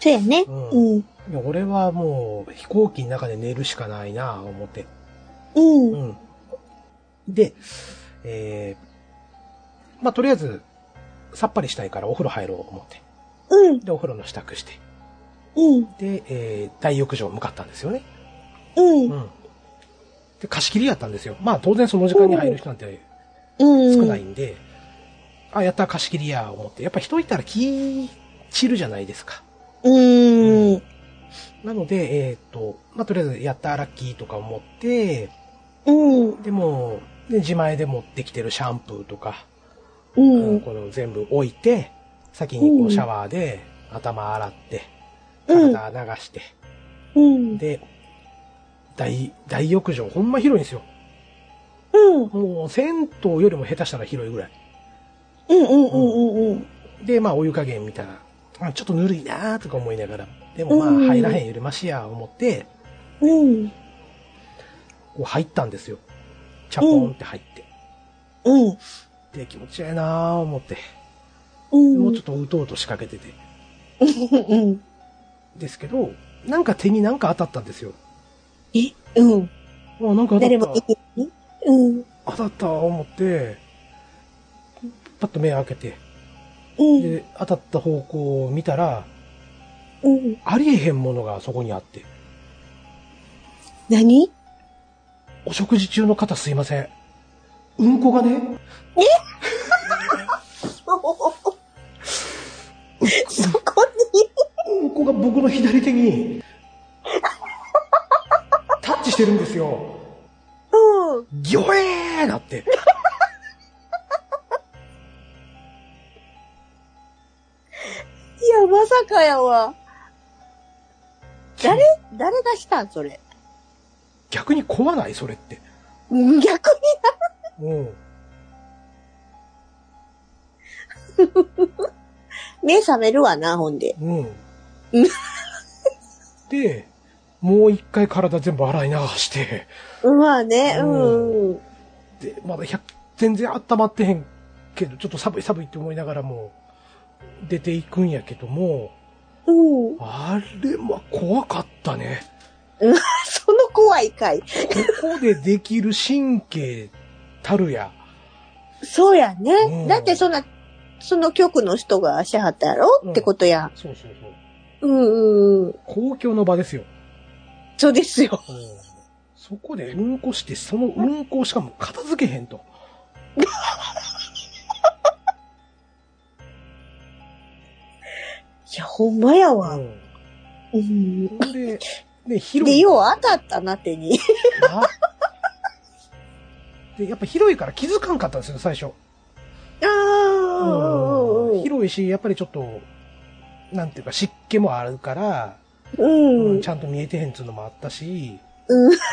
[SPEAKER 1] そうやね。うん。
[SPEAKER 2] いや俺はもう飛行機の中で寝るしかないなあ思って。
[SPEAKER 1] うん。
[SPEAKER 2] うん。で、えー、まあ、とりあえず、さっぱりしたいからお風呂入ろう思って。
[SPEAKER 1] うん。
[SPEAKER 2] で、お風呂の支度して。
[SPEAKER 1] うん。
[SPEAKER 2] で、えー、大浴場向かったんですよね。
[SPEAKER 1] うん。
[SPEAKER 2] うん。で、貸し切りやったんですよ。まあ、当然その時間に入る人なんて
[SPEAKER 1] うん。
[SPEAKER 2] 少ないんで、あ、やった、貸し切りや、思って。やっぱ人いたら気、散るじゃないですか。
[SPEAKER 1] うん。うん。
[SPEAKER 2] なので、えっ、と、まあ、とりあえず、やった、ラッキーとか思って、
[SPEAKER 1] うん。
[SPEAKER 2] でも、で自前で持ってきてるシャンプーとか、
[SPEAKER 1] うん。
[SPEAKER 2] この全部置いて、先にこ
[SPEAKER 1] うん
[SPEAKER 2] うシャワーで頭洗って、
[SPEAKER 1] うん
[SPEAKER 2] 体流して、
[SPEAKER 1] うん。
[SPEAKER 2] で、大、大浴場、ほんま広いんですよ。
[SPEAKER 1] うん。
[SPEAKER 2] もう、銭湯よりも下手したら広いぐらい。
[SPEAKER 1] うんうんうんうんうん。
[SPEAKER 2] で、まあ、お湯加減見たら、あちょっとぬるいなーとか思いながら、でもまあ、
[SPEAKER 1] うん
[SPEAKER 2] 入らへんよりましや、思って、
[SPEAKER 1] うん。
[SPEAKER 2] こう入ったんですよ。チャポンって入って。
[SPEAKER 1] うん。
[SPEAKER 2] で、気持ちええなー思って。
[SPEAKER 1] うん。
[SPEAKER 2] もうちょっとうとうと仕掛けてて。
[SPEAKER 1] うん。
[SPEAKER 2] ですけど、なんか手になんか当たったんですよ。
[SPEAKER 1] え、うん。
[SPEAKER 2] あ、なんか当たった。
[SPEAKER 1] 誰もいないうん。
[SPEAKER 2] 当たった思って、パッと目開けて、
[SPEAKER 1] うん。
[SPEAKER 2] で、当たった方向を見たら、
[SPEAKER 1] うん。
[SPEAKER 2] ありえへんものがそこにあって、
[SPEAKER 1] 何
[SPEAKER 2] お食事中の方すいません。うんこがね、
[SPEAKER 1] そこに
[SPEAKER 2] うんこが僕の左手に、タッチしてるんですよ。
[SPEAKER 1] うん。
[SPEAKER 2] ギョエーなって。
[SPEAKER 1] いや、まさかやわ。誰誰がしたんそれ。
[SPEAKER 2] 逆に怖ないそれって。
[SPEAKER 1] うん逆に
[SPEAKER 2] うん。
[SPEAKER 1] 目覚めるわな、ほんで。
[SPEAKER 2] うん
[SPEAKER 1] うん。
[SPEAKER 2] で、もう一回体全部洗い流して、
[SPEAKER 1] うんまあね、う。
[SPEAKER 2] うん
[SPEAKER 1] うん。
[SPEAKER 2] で、まだ100全然温まってへんけど、ちょっと寒い寒いって思いながらも、出ていくんやけども、
[SPEAKER 1] そ
[SPEAKER 2] あれは怖かったね。
[SPEAKER 1] [LAUGHS] の怖いかい。
[SPEAKER 2] ここでできる神経たるや。
[SPEAKER 1] そうやね。
[SPEAKER 2] うん
[SPEAKER 1] だってそんな、その局の人がしはったやろ、
[SPEAKER 2] うん
[SPEAKER 1] ってことや。
[SPEAKER 2] そうそうそう。
[SPEAKER 1] うんうん。
[SPEAKER 2] 公共の場ですよ。
[SPEAKER 1] そうですよ。
[SPEAKER 2] そこでうんこして、そのうんこをしかも片付けへんと。
[SPEAKER 1] いや、ほんまやわ。
[SPEAKER 2] う
[SPEAKER 1] うん。
[SPEAKER 2] ん。ほんで、で、広
[SPEAKER 1] で、
[SPEAKER 2] い。
[SPEAKER 1] よう当たったな、手に。
[SPEAKER 2] な [LAUGHS] で、やっぱ広いから気づかんかったんですよ、最初。
[SPEAKER 1] ああ、うんうんうん
[SPEAKER 2] 広いし、やっぱりちょっと、なんていうか湿気もあるから、
[SPEAKER 1] うん。う
[SPEAKER 2] うんん。ちゃんと見えてへんっつうのもあったし、
[SPEAKER 1] うん。
[SPEAKER 2] そ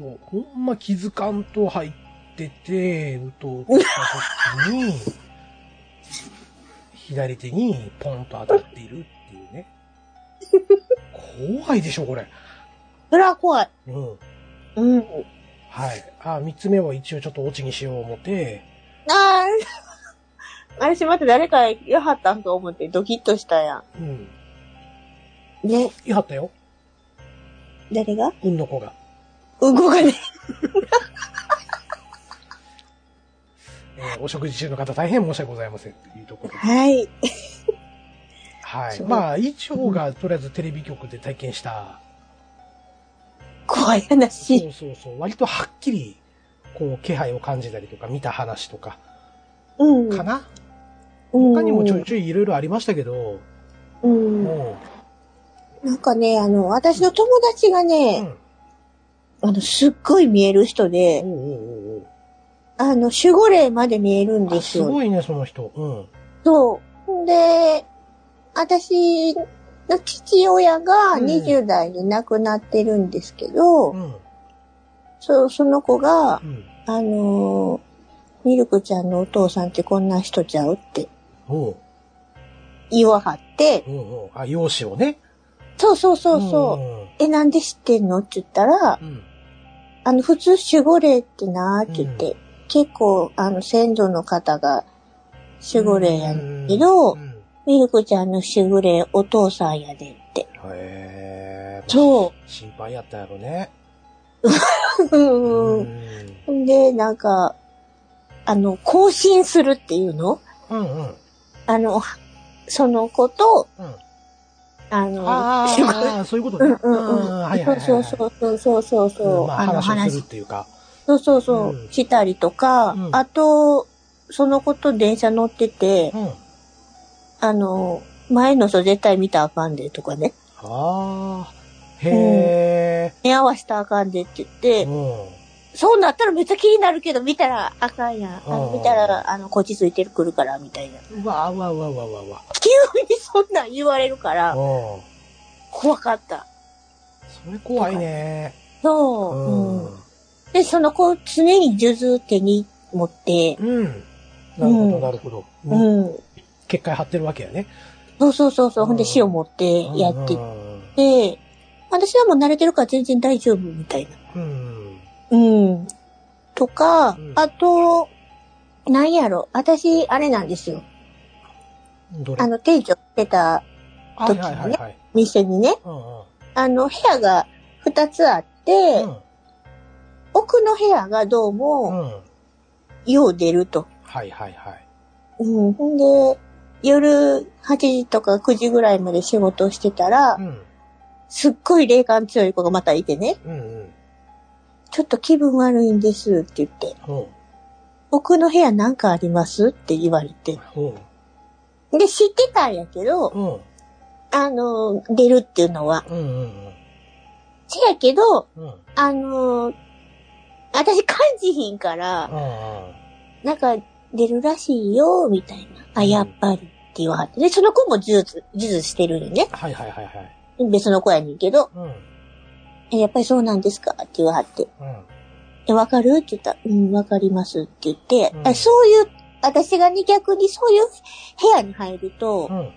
[SPEAKER 2] う、ほんま気づかんと入ってて、うとうとした時に、左手にポンと当たっているっていうね。怖いでしょ、これ。
[SPEAKER 1] それは怖い。
[SPEAKER 2] うん。
[SPEAKER 1] うん。あ
[SPEAKER 2] はい。あ、三つ目は一応ちょっとオチにしよう思って、
[SPEAKER 1] あー、あれしまって誰かやはったんと思ってドキッとしたや
[SPEAKER 2] うん。
[SPEAKER 1] ん。ね、
[SPEAKER 2] いはったよ、
[SPEAKER 1] 誰が
[SPEAKER 2] うんの子が。
[SPEAKER 1] うんこがね。
[SPEAKER 2] えーお食事中の方大変申し訳ございませんっていうところで。
[SPEAKER 1] はい。
[SPEAKER 2] はい。
[SPEAKER 1] そう
[SPEAKER 2] まあ、一応がとりあえずテレビ局で体験した、
[SPEAKER 1] 怖い
[SPEAKER 2] そ
[SPEAKER 1] 話。
[SPEAKER 2] うそうそう、割とはっきり、こう、気配を感じたりとか、見た話とか、
[SPEAKER 1] うん。
[SPEAKER 2] かな、
[SPEAKER 1] 他
[SPEAKER 2] 他にもちょいちょいいろいろありましたけど、
[SPEAKER 1] うん。
[SPEAKER 2] も
[SPEAKER 1] なんかね、あの、私の友達が
[SPEAKER 2] う、う
[SPEAKER 1] ね、
[SPEAKER 2] ん。
[SPEAKER 1] あの、すっごい見える人で
[SPEAKER 2] お、うおうおうおう
[SPEAKER 1] あの、守護霊まで見えるん
[SPEAKER 2] あ
[SPEAKER 1] です
[SPEAKER 2] す
[SPEAKER 1] よ。
[SPEAKER 2] ごいね、その人。うん。
[SPEAKER 1] そう。ほんで、私の父親が
[SPEAKER 2] うん
[SPEAKER 1] 20代で亡くなってるんですけど、
[SPEAKER 2] うん。
[SPEAKER 1] そう、その子が
[SPEAKER 2] う、ん。
[SPEAKER 1] あのーミルクちゃんのお父さんってこんな人ちゃうって
[SPEAKER 2] おう
[SPEAKER 1] 言わはって、
[SPEAKER 2] おうおうあ、容姿をね。
[SPEAKER 1] そうそうそうそう、え、なんで知ってんのって言ったら、
[SPEAKER 2] うん。うん。
[SPEAKER 1] あの、普通守護霊ってなーって言って、結構、あの、先祖の方が守護霊やねんけど、
[SPEAKER 2] うんうん
[SPEAKER 1] ミルクちゃんの守護霊お父さんやでって。
[SPEAKER 2] へえ。
[SPEAKER 1] そう。
[SPEAKER 2] 心配やったやろね。
[SPEAKER 1] うん
[SPEAKER 2] う
[SPEAKER 1] うん
[SPEAKER 2] ん
[SPEAKER 1] ん。 [LAUGHS] で、なんか、あの、更新するっていうの
[SPEAKER 2] うんうん。
[SPEAKER 1] あの、その子と、
[SPEAKER 2] うん
[SPEAKER 1] あの、
[SPEAKER 2] あーあー、あーそういうこと
[SPEAKER 1] う
[SPEAKER 2] ね
[SPEAKER 1] ん。うん
[SPEAKER 2] うん
[SPEAKER 1] うん。
[SPEAKER 2] はいはいはいはい。
[SPEAKER 1] そうそうそうそうそうそう、
[SPEAKER 2] うんまあ、
[SPEAKER 1] あ、の
[SPEAKER 2] 話をす
[SPEAKER 1] 話
[SPEAKER 2] るっていうか。
[SPEAKER 1] そうそうそう、
[SPEAKER 2] うん
[SPEAKER 1] したりとか、
[SPEAKER 2] うん
[SPEAKER 1] あと、その子と電車乗ってて
[SPEAKER 2] う、ん。あ
[SPEAKER 1] あの、前の人絶対見たらあかんでとかね、
[SPEAKER 2] あー。へ
[SPEAKER 1] 目合わせたらあかんでって言って、
[SPEAKER 2] え。うん。
[SPEAKER 1] そうなったらめっちゃ気になるけど、見たらあかんやん。あの
[SPEAKER 2] うん
[SPEAKER 1] 見たら、あの、こっちついてくるから、みたいな。
[SPEAKER 2] うわうわうわうわうわうわ。
[SPEAKER 1] 急にそんなん言われるから、
[SPEAKER 2] うん。
[SPEAKER 1] 怖かった。
[SPEAKER 2] それ怖いね。
[SPEAKER 1] そうう。
[SPEAKER 2] ん。
[SPEAKER 1] う
[SPEAKER 2] うんん。
[SPEAKER 1] で、その子、常に数珠手に持って、
[SPEAKER 2] なるほど、なるほど。
[SPEAKER 1] う
[SPEAKER 2] うん
[SPEAKER 1] ん。
[SPEAKER 2] 結界張ってるわけやね。
[SPEAKER 1] そうそうそうそう。ほんで
[SPEAKER 2] うん、
[SPEAKER 1] 塩持ってやって
[SPEAKER 2] うん
[SPEAKER 1] て、私はもう慣れてるから全然大丈夫みたいな。
[SPEAKER 2] うん。
[SPEAKER 1] うん。とか
[SPEAKER 2] うん、
[SPEAKER 1] あと、なんやろ。私、あれなんですよ。
[SPEAKER 2] どれ
[SPEAKER 1] あの、店長してた
[SPEAKER 2] はいはいはいはい。
[SPEAKER 1] 店にね、
[SPEAKER 2] うんうん
[SPEAKER 1] あの、部屋が2つあって、
[SPEAKER 2] うん
[SPEAKER 1] 奥の部屋がどう
[SPEAKER 2] う
[SPEAKER 1] も、
[SPEAKER 2] ん。
[SPEAKER 1] よう出ると。
[SPEAKER 2] はいはいはい。
[SPEAKER 1] うん。ほんで、夜8時とか9時ぐらいまで仕事をしてたら
[SPEAKER 2] う、ん。
[SPEAKER 1] すっごい霊感強い子がまたいてね、
[SPEAKER 2] うんうん。
[SPEAKER 1] ちょっと気分悪いんですって言って、
[SPEAKER 2] ほ
[SPEAKER 1] 僕の部屋なんかありますって言われて
[SPEAKER 2] う。。ほ
[SPEAKER 1] で、知ってたんやけど
[SPEAKER 2] う。、うん。
[SPEAKER 1] あの、出るっていうのは。
[SPEAKER 2] うんうん
[SPEAKER 1] せやけど、
[SPEAKER 2] うん。うん。
[SPEAKER 1] あの、私感じひんから、
[SPEAKER 2] あ
[SPEAKER 1] なんか出るらしいよ、みたいな。あ、やっぱりって言わはって。で、その子も呪術、呪術してるんよね。
[SPEAKER 2] あ、はいはいはいはい。
[SPEAKER 1] 別の子やねんけど、
[SPEAKER 2] うん、うん、
[SPEAKER 1] えやっぱりそうなんですかって言わはって。え、わかるって言ったら、うん、わかりますって言って、
[SPEAKER 2] うん
[SPEAKER 1] あそういう、私がね、逆にそういう部屋に入ると、
[SPEAKER 2] うん。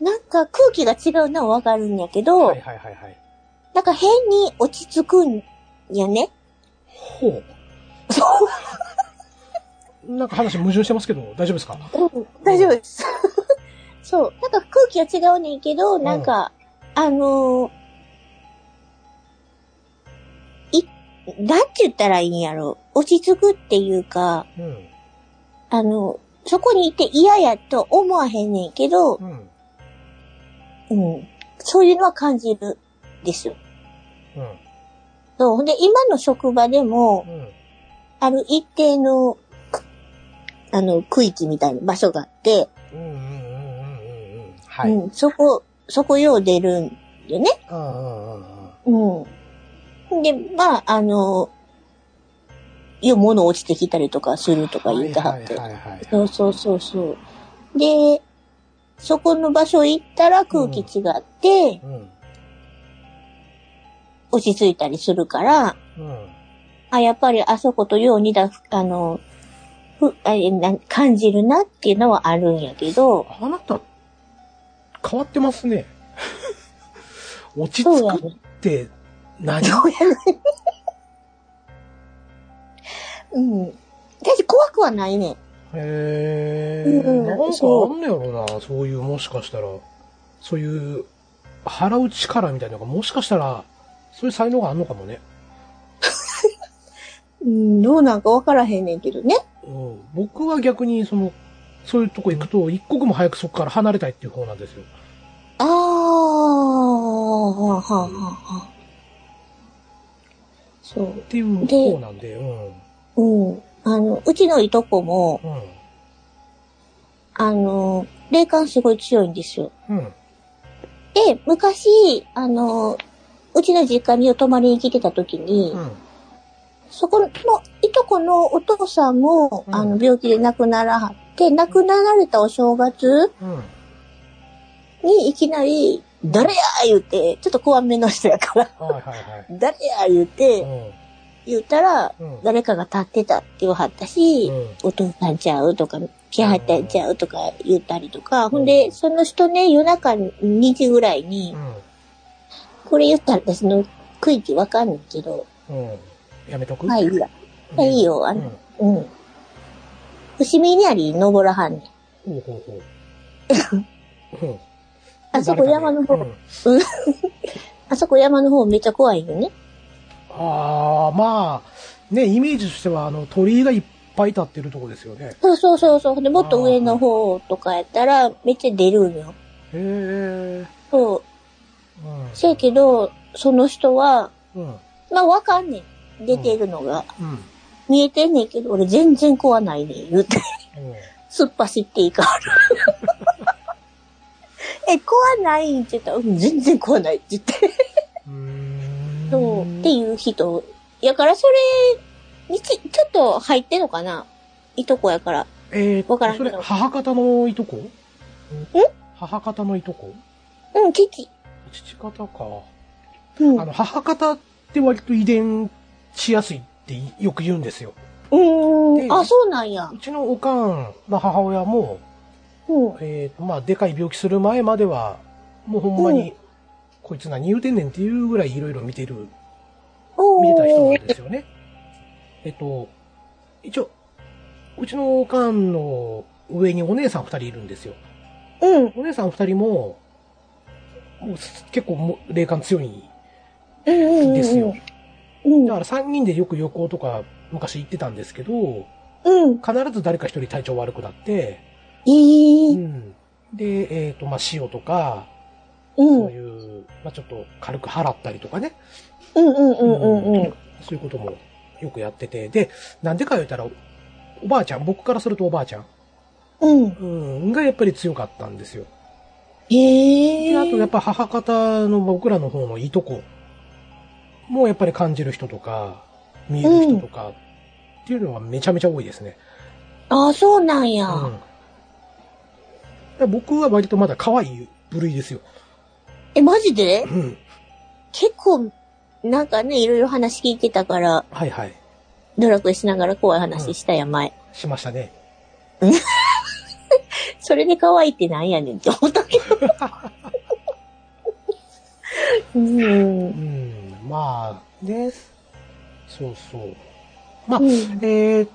[SPEAKER 1] なんか空気が違うのはわかるんやけど、
[SPEAKER 2] はいはいはいはい。
[SPEAKER 1] なんか変に落ち着くんやね。
[SPEAKER 2] ほ。
[SPEAKER 1] そう
[SPEAKER 2] なんか話矛盾してますけど、大丈夫ですか
[SPEAKER 1] うん、大丈夫です。 [LAUGHS] そう。なんか空気は違うねんけど、
[SPEAKER 2] ん
[SPEAKER 1] なんか、あのーい、なんて言ったらいいんやろ。落ち着くっていうか、
[SPEAKER 2] うん、
[SPEAKER 1] あの、そこにいて嫌やと思わへんねんけど、
[SPEAKER 2] うん、
[SPEAKER 1] うん。そういうのは感じるですよ。
[SPEAKER 2] うん、
[SPEAKER 1] そう。ほんで、今の職場でも、
[SPEAKER 2] うん、
[SPEAKER 1] ある一定の、くあの、区域みたいな場所があって、
[SPEAKER 2] うん、うん、うん、うん、うん。はい。うん、
[SPEAKER 1] うん、そこ、そこよう出るんよね。
[SPEAKER 2] うん、うん。
[SPEAKER 1] うん。で、まあ、あの、よ、物落ちてきたりとかするとか言ってはって。
[SPEAKER 2] はいはいはい。
[SPEAKER 1] そうそうそうそう。で、そこの場所行ったら空気違って、
[SPEAKER 2] うん、
[SPEAKER 1] 落ち着いたりするから、
[SPEAKER 2] うん、
[SPEAKER 1] あ、やっぱりあそことようにだ、あの、ふあれなん感じるなっていうのはあるんやけど、
[SPEAKER 2] あなた、変わってますね。落ち
[SPEAKER 1] そう
[SPEAKER 2] 着
[SPEAKER 1] や
[SPEAKER 2] く
[SPEAKER 1] ね。
[SPEAKER 2] って何、
[SPEAKER 1] そうやね。うん。 [LAUGHS] 私怖くはないねん。
[SPEAKER 2] へえ、
[SPEAKER 1] うん
[SPEAKER 2] なんかあ
[SPEAKER 1] そうん
[SPEAKER 2] のやろな、そういう、もしかしたら、そういう、払う力みたいなのが、もしかしたら、そういう才能があるのかもね。
[SPEAKER 1] うん、どうなんかわからへんねんけどね。
[SPEAKER 2] うん、僕は逆に、その、そういうとこ行くと、一刻も早くそこから離れたいっていう方なんですよ。
[SPEAKER 1] あー、はあ、はあ、はあ。そ
[SPEAKER 2] っていう方なんで、うん。う
[SPEAKER 1] う。
[SPEAKER 2] ん。
[SPEAKER 1] うん。あの、うちのいとこも、あの、霊感すごい強いんですよ。
[SPEAKER 2] うん。
[SPEAKER 1] で、昔、あの、うちの実家に泊まりに来てた時に、
[SPEAKER 2] うん。
[SPEAKER 1] そこの、いとこのお父さんも、
[SPEAKER 2] うん
[SPEAKER 1] あの、病気で亡くならはって、亡くなられたお正月
[SPEAKER 2] うん。
[SPEAKER 1] にいきなり、誰や言うて、ちょっと怖めの人やから、
[SPEAKER 2] はいはいはい。
[SPEAKER 1] 誰や言うて、
[SPEAKER 2] う
[SPEAKER 1] 言うたら、
[SPEAKER 2] ん。うん。
[SPEAKER 1] 誰かが立ってたって言わはったし、
[SPEAKER 2] うん
[SPEAKER 1] お父さんちゃうとか、来はったんちゃうとか言ったりとか、ほん
[SPEAKER 2] う
[SPEAKER 1] で、
[SPEAKER 2] ん
[SPEAKER 1] その人ね、夜中2時ぐらいに
[SPEAKER 2] う、ん。
[SPEAKER 1] これ言ったら私の区域わかんないけど、
[SPEAKER 2] うん。やめとく
[SPEAKER 1] まあいいや。
[SPEAKER 2] うん
[SPEAKER 1] いいよあ
[SPEAKER 2] うん
[SPEAKER 1] の。うん。伏見にあり、登らはんねん。
[SPEAKER 2] ほうほう
[SPEAKER 1] [LAUGHS]
[SPEAKER 2] ほう。うん。
[SPEAKER 1] あそこ山の方
[SPEAKER 2] うん
[SPEAKER 1] あそこ山の方めっちゃ怖いよね。
[SPEAKER 2] ああ、まあ、ね、イメージとしては、あの、鳥居がいっぱい立ってるとこですよね。
[SPEAKER 1] そうそうそうそう。で、もっと上の方とかやったら、めっちゃ出るんよ。
[SPEAKER 2] へえ。
[SPEAKER 1] そう。
[SPEAKER 2] うん。
[SPEAKER 1] せやけど、その人は、
[SPEAKER 2] うん。
[SPEAKER 1] まあわかんねん。出てるのが。
[SPEAKER 2] うん。
[SPEAKER 1] 見えてんねんけど、俺全然怖ないねん。言って。
[SPEAKER 2] うん
[SPEAKER 1] 突っ走っていかはる。 [LAUGHS] え、怖ないんって言ったら、うん、全然怖ないって言って。
[SPEAKER 2] うーん。
[SPEAKER 1] そう、っていう人。やから、それ、にち、ちょっと入ってんのかないとこやから。
[SPEAKER 2] えー、
[SPEAKER 1] わからん
[SPEAKER 2] そ
[SPEAKER 1] け
[SPEAKER 2] れ、
[SPEAKER 1] ど
[SPEAKER 2] 母方のいとこん母方のいとこ
[SPEAKER 1] うん、キキ。
[SPEAKER 2] 父方か。
[SPEAKER 1] うん。
[SPEAKER 2] あ
[SPEAKER 1] う
[SPEAKER 2] の、母方って割と遺伝しやすいってよく言うんですよ。
[SPEAKER 1] ー
[SPEAKER 2] で
[SPEAKER 1] ん。あ、そうなんや
[SPEAKER 2] う。ちのおかんの母親も、
[SPEAKER 1] うん。
[SPEAKER 2] えーと、まあ、でかい病気する前までは、もうほんまに、
[SPEAKER 1] うん
[SPEAKER 2] こいつ何言うてんねんっていうぐらいいろいろ見てる、
[SPEAKER 1] おー。
[SPEAKER 2] 見てた人なんですよね。えっと、一応、うちのおかんの上にお姉さん二人いるんですよ。
[SPEAKER 1] うん。
[SPEAKER 2] お姉さん二人も、もうす結構もう霊感強いん
[SPEAKER 1] うんうんうん。
[SPEAKER 2] ですよ。
[SPEAKER 1] うん。
[SPEAKER 2] だから三人でよく旅行とか昔行ってたんですけど、
[SPEAKER 1] うん。
[SPEAKER 2] 必ず誰か一人体調悪くなって、
[SPEAKER 1] いうい。
[SPEAKER 2] ん。で、えっ、と、まあ、塩とか、
[SPEAKER 1] う
[SPEAKER 2] そ
[SPEAKER 1] ん。う
[SPEAKER 2] うんいう、まあ、ちょっと軽く払ったりとかね。
[SPEAKER 1] うんうんうんうん。
[SPEAKER 2] そういうこともよくやってて。で、なんでか言ったら、おばあちゃん、僕からするとおばあちゃん、
[SPEAKER 1] うん。
[SPEAKER 2] うん、がやっぱり強かったんですよ。
[SPEAKER 1] へ
[SPEAKER 2] で、
[SPEAKER 1] え。
[SPEAKER 2] あとやっぱ母方の僕らの方のいとこもやっぱり感じる人とか、見える人とかっていうのはめちゃめちゃ多いですね。
[SPEAKER 1] あ、そうなんや。
[SPEAKER 2] うん。だから僕は割とまだ可愛い部類ですよ。
[SPEAKER 1] え、マジで
[SPEAKER 2] うん。
[SPEAKER 1] 結構、なんかね、いろいろ話聞いてたから、
[SPEAKER 2] はいはい。
[SPEAKER 1] ドラクエしながら怖い話したやん、前。
[SPEAKER 2] しましたね。
[SPEAKER 1] それで可愛いってなんやねんって思ったけど。うん。
[SPEAKER 2] うん。まあ、です。そうそう。まあ、
[SPEAKER 1] うん
[SPEAKER 2] えーっ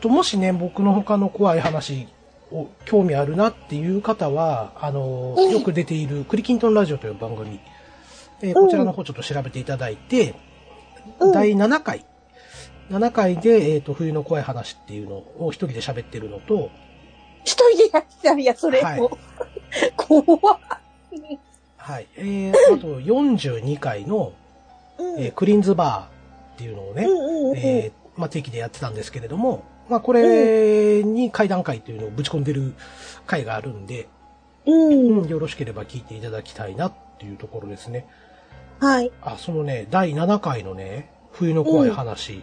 [SPEAKER 2] と、もしね、僕の他の怖い話を興味あるなっていう方は、あのー、
[SPEAKER 1] うん
[SPEAKER 2] よく出ているクリキントンラジオという番組、えーこちらの方ちょっと調べていただいて、
[SPEAKER 1] うん
[SPEAKER 2] 第7回、7回で、えーっと、冬の怖い話っていうのを一人で喋ってるのと、
[SPEAKER 1] 一人でやってたんや、それ
[SPEAKER 2] はい
[SPEAKER 1] も。怖っ。
[SPEAKER 2] はい、えー、あと42回の、
[SPEAKER 1] うん。
[SPEAKER 2] えークリンズバーっていうのをね、
[SPEAKER 1] うんうんうん
[SPEAKER 2] えーまあ、定期でやってたんですけれども、まあ、これに階段階というのをぶち込んでる回があるんで、
[SPEAKER 1] うん。
[SPEAKER 2] よろしければ聞いていただきたいなっていうところですね。
[SPEAKER 1] はい。
[SPEAKER 2] あ、そのね、第7回のね、冬の怖い話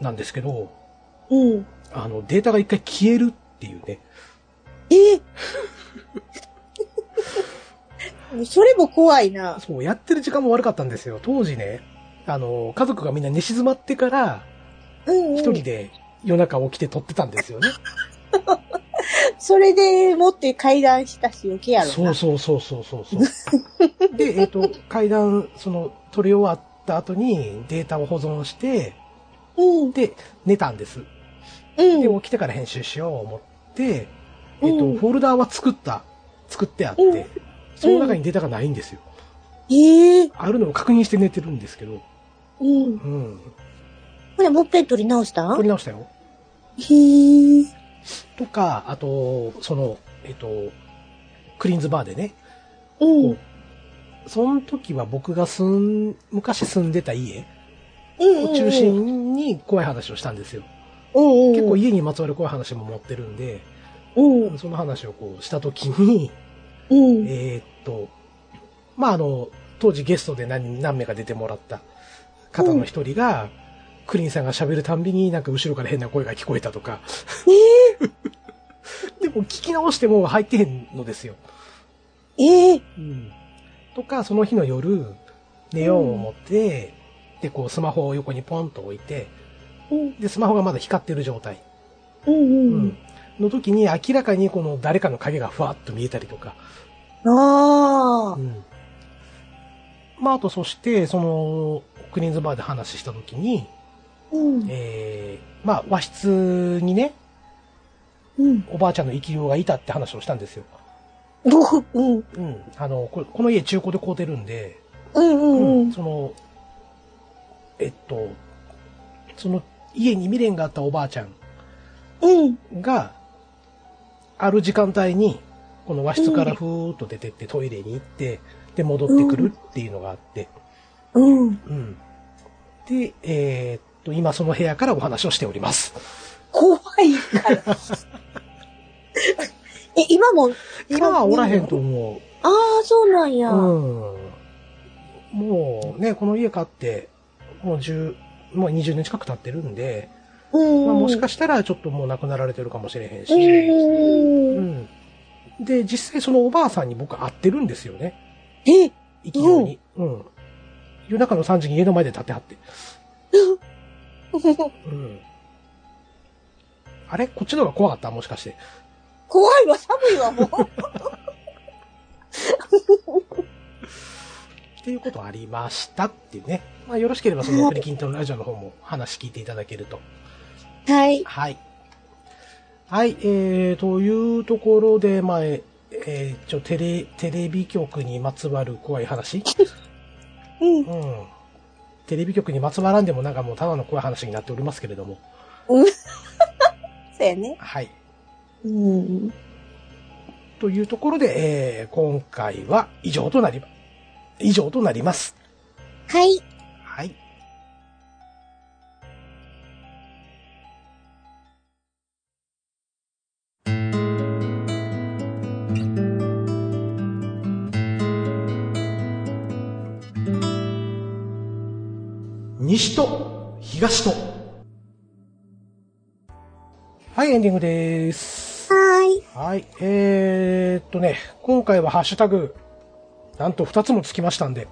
[SPEAKER 2] なんですけど、
[SPEAKER 1] うん。
[SPEAKER 2] あの、データが一回消えるっていうね。
[SPEAKER 1] え [LAUGHS] それも怖いな。
[SPEAKER 2] そう、やってる時間も悪かったんですよ。当時ね、あの、家族がみんな寝静まってから、
[SPEAKER 1] うん、うん。
[SPEAKER 2] 一人で夜中起きて撮ってたんですよね。
[SPEAKER 1] それでもって階段したし、余計やろな。
[SPEAKER 2] そうそうそうそうそ
[SPEAKER 1] [LAUGHS]
[SPEAKER 2] うそう。で、えっ、と、階段、その、取り終わった後にデータを保存して、
[SPEAKER 1] うん。
[SPEAKER 2] で、寝たんです。
[SPEAKER 1] うん。
[SPEAKER 2] で、起きてから編集しよう思って、
[SPEAKER 1] うん
[SPEAKER 2] えっ、と、フォルダーは作った、作ってあって、
[SPEAKER 1] うん
[SPEAKER 2] その中にデータがないんですよ。
[SPEAKER 1] ええ
[SPEAKER 2] あるのを確認して寝てるんですけど、
[SPEAKER 1] うん。
[SPEAKER 2] うん。
[SPEAKER 1] これもっぺん取り直した
[SPEAKER 2] 取り直したよ。
[SPEAKER 1] へえ。
[SPEAKER 2] とか、あと、その、えっ、と、クリーンズバーでね、
[SPEAKER 1] うん。
[SPEAKER 2] その時は僕が住ん、昔住んでた家
[SPEAKER 1] うん。
[SPEAKER 2] を中。心に怖い話をしたんですよ。
[SPEAKER 1] うんうん。
[SPEAKER 2] 結構家にまつわる怖い話も持ってるんで、
[SPEAKER 1] うん。
[SPEAKER 2] その話をこうした時に、
[SPEAKER 1] うん。
[SPEAKER 2] えーっと、まあ、あの、当時ゲストで何何名か出てもらった方の一人が、クリンさんが喋るたんびになんか後ろから変な声が聞こえたとか。 [LAUGHS] でも聞き直しても入ってへんのですよ。
[SPEAKER 1] ええ。
[SPEAKER 2] とか、その日の夜、寝よう思って、で、こうスマホを横にポンと置いて、
[SPEAKER 1] うん。
[SPEAKER 2] で、スマホがまだ光ってる状態。
[SPEAKER 1] うん。
[SPEAKER 2] う
[SPEAKER 1] うんん。
[SPEAKER 2] の時に明らかにこの誰かの影がふわっと見えたりとか。
[SPEAKER 1] ああ。
[SPEAKER 2] ん。まあ、あとそして、その、クリーンズバーで話した時に、
[SPEAKER 1] うん。
[SPEAKER 2] えー、まあ、和室にね、
[SPEAKER 1] うん。
[SPEAKER 2] おばあちゃんの生きようがいたって話をしたんですよ。
[SPEAKER 1] どううん。
[SPEAKER 2] うん。あの、ここの家中古で買うてるんで、
[SPEAKER 1] うんうんうん。
[SPEAKER 2] その、えっと、その家に未練があったおばあちゃん
[SPEAKER 1] うん。
[SPEAKER 2] が、ある時間帯に、この和室からふーっと出てってトイレに行って、で、戻ってくるっていうのがあって、
[SPEAKER 1] うん。
[SPEAKER 2] うん。で、えーっと、今その部屋からお話をしております。
[SPEAKER 1] 怖いから。え、今も
[SPEAKER 2] 今はおらへんと思う。
[SPEAKER 1] ああ、そうなんや。
[SPEAKER 2] うん。もうね、この家買って、もう10、もう20年近く経ってるんで、
[SPEAKER 1] うん。
[SPEAKER 2] まあ、もしか
[SPEAKER 1] し
[SPEAKER 2] したらちょっともう亡くなられてるかもしれへんし、う
[SPEAKER 1] うん。
[SPEAKER 2] ん。で、実際そのおばあさんに僕会ってるんですよね。
[SPEAKER 1] え、
[SPEAKER 2] 生きように。うん。夜中の3時に家の前で立ってはって。うん。あれこっちの方が怖かったもしかして。
[SPEAKER 1] 怖いわ、寒いわ、もう。
[SPEAKER 2] っていうことありましたっていうね。まあ、よろしければその、プリキントのラジオの方も話聞いていただけると。
[SPEAKER 1] はい。
[SPEAKER 2] はい。はい、えー、というところで、まあ、ええー、ちょ、テレ、テレビ局にまつわる怖い話
[SPEAKER 1] うん。
[SPEAKER 2] うん。テレビ局にまつわらんでもなんかもうただの怖い話になっておりますけれども。
[SPEAKER 1] そうやね。
[SPEAKER 2] はい。
[SPEAKER 1] うん。
[SPEAKER 2] というところで、えー、今回は以上となり、以上となります。
[SPEAKER 1] はい。
[SPEAKER 2] はい。西と東と。はい、エンディングです。
[SPEAKER 1] は
[SPEAKER 2] はい、えー、っとね、今回はハッシュタグ、なんと2つもつきましたん
[SPEAKER 1] ー
[SPEAKER 2] で、
[SPEAKER 1] い。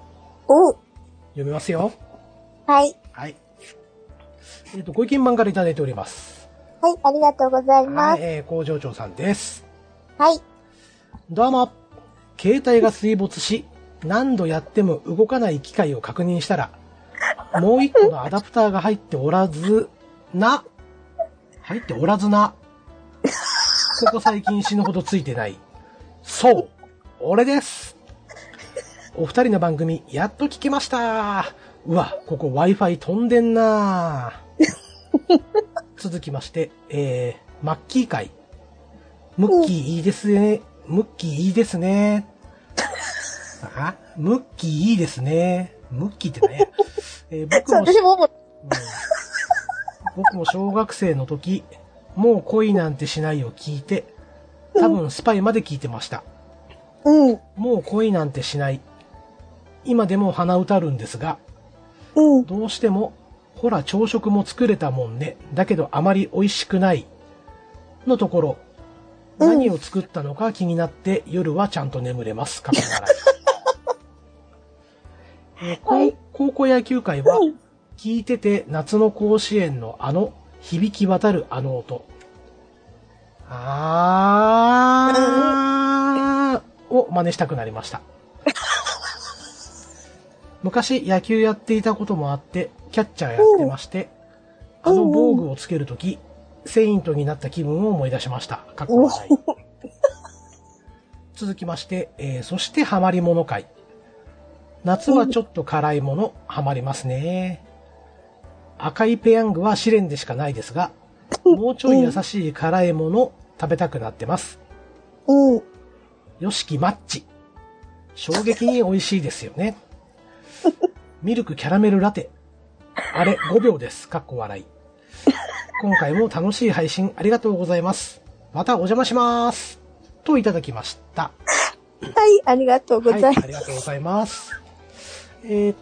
[SPEAKER 2] 読みますよ。
[SPEAKER 1] お、はい。
[SPEAKER 2] はい。えっ、と、ご意見番からいただいております。
[SPEAKER 1] はい、ありがとうございま
[SPEAKER 2] はい、
[SPEAKER 1] す。
[SPEAKER 2] えー、工場長さんです。
[SPEAKER 1] はい。
[SPEAKER 2] どうも。携帯が水没し、何度やっても動かない機械を確認したら、もう一個のアダプターが入っておらず、な。入っておらずな。ここ最近死ぬほどついてない。そう。俺です。お二人の番組、やっと聞けました。うわ、ここ Wi-Fi 飛んでんな。続きまして、えー、マッキー会。ムッキーいいですね。ムッキーいいですね。あムッキーいいですね。ムッキーって何や。えー僕
[SPEAKER 1] そう、
[SPEAKER 2] も
[SPEAKER 1] 私も思っ
[SPEAKER 2] うん僕も小学生の時、もう恋なんてしないを聞いて、多分スパイまで聞いてました。
[SPEAKER 1] た。うん。
[SPEAKER 2] もう恋なんてしない。今でも鼻歌るんですが、
[SPEAKER 1] うん。
[SPEAKER 2] どうしても、ほら朝食も作れたもんね。だけどあまり美味しくない。のところ、
[SPEAKER 1] うん
[SPEAKER 2] 何を作ったのか気になって夜はちゃんと眠れま
[SPEAKER 1] [LAUGHS]
[SPEAKER 2] す。かっこ笑いえーこう
[SPEAKER 1] はい
[SPEAKER 2] 高校野球界は
[SPEAKER 1] うん、
[SPEAKER 2] 聞いてて夏の甲子園のあの、響き渡るあの音。あーを真似したくなりました。昔野球やっていたこともあって、キャッチャーやってまして、あ
[SPEAKER 1] うん
[SPEAKER 2] の防具をつけるとき、セイントになった気分を思い出しました。かっこ笑い。続きまして、えー、そしてハマりもの会。夏はちょっと辛いもの、ハマりますね。赤いペヤングは試練でしかないですが、もうちょい優しい辛いもの、食べたくなってます。
[SPEAKER 1] うん。
[SPEAKER 2] よしきマッチ。衝撃に美味しいですよ
[SPEAKER 1] [LAUGHS]
[SPEAKER 2] ね。ミルクキャラメルラテ。あれ、5秒です。かっこ笑い。今回も楽しい配信ありがとうございます。またお邪魔します。といただきました。
[SPEAKER 1] はい、ありがとうございま
[SPEAKER 2] はい、
[SPEAKER 1] す
[SPEAKER 2] あ。りがとうございます。えーっ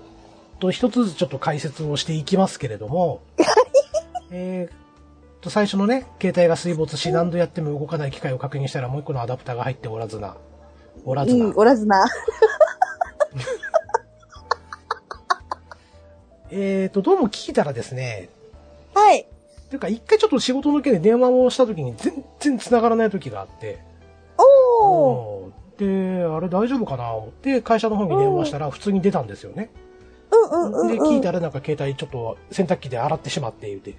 [SPEAKER 2] と、一つずつちょっと解説をしていきますけれ
[SPEAKER 1] [LAUGHS]
[SPEAKER 2] ども、えーっと、最初のね、携帯が水没し、何度やっても動かない機械を確認したら、もう一個のアダプターが入っておらずな。おらず
[SPEAKER 1] う
[SPEAKER 2] な。
[SPEAKER 1] ん、おらずな。
[SPEAKER 2] えーっと、どうも聞いたらですね、
[SPEAKER 1] はい。
[SPEAKER 2] ていうか、一回ちょっと仕事の件で電話をした時に全然繋がらない時があって、
[SPEAKER 1] おー。
[SPEAKER 2] うんで、あれ大丈夫かな思って、会社の方に電話したら普通に出たんですよね。
[SPEAKER 1] うんうんうん。
[SPEAKER 2] で、聞いたらなんか携帯ちょっと洗濯機で洗ってしまって言うて、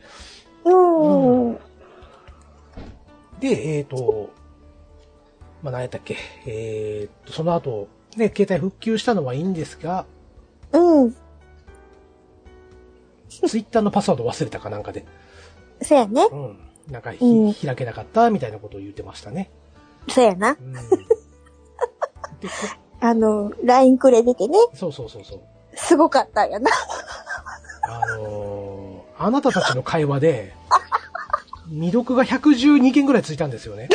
[SPEAKER 1] うん。うん。
[SPEAKER 2] で、えっ、と、まあ、何やったっけ、えっ、と、その後、ね、携帯復旧したのはいいんですが、
[SPEAKER 1] うん。
[SPEAKER 2] ツイッターのパスワード忘れたかなんかで、
[SPEAKER 1] そうやね
[SPEAKER 2] う。ん。なんかひ、
[SPEAKER 1] うん
[SPEAKER 2] 開けなかったみたいなことを言ってましたね。
[SPEAKER 1] そうやな
[SPEAKER 2] う。
[SPEAKER 1] [LAUGHS]
[SPEAKER 2] ん。で、こ
[SPEAKER 1] あの、LINE くれててね、
[SPEAKER 2] そうそうそうそう。
[SPEAKER 1] すごかったんやな。
[SPEAKER 2] あのーあなたたちの会話で、未読が112件ぐらいついたんですよね。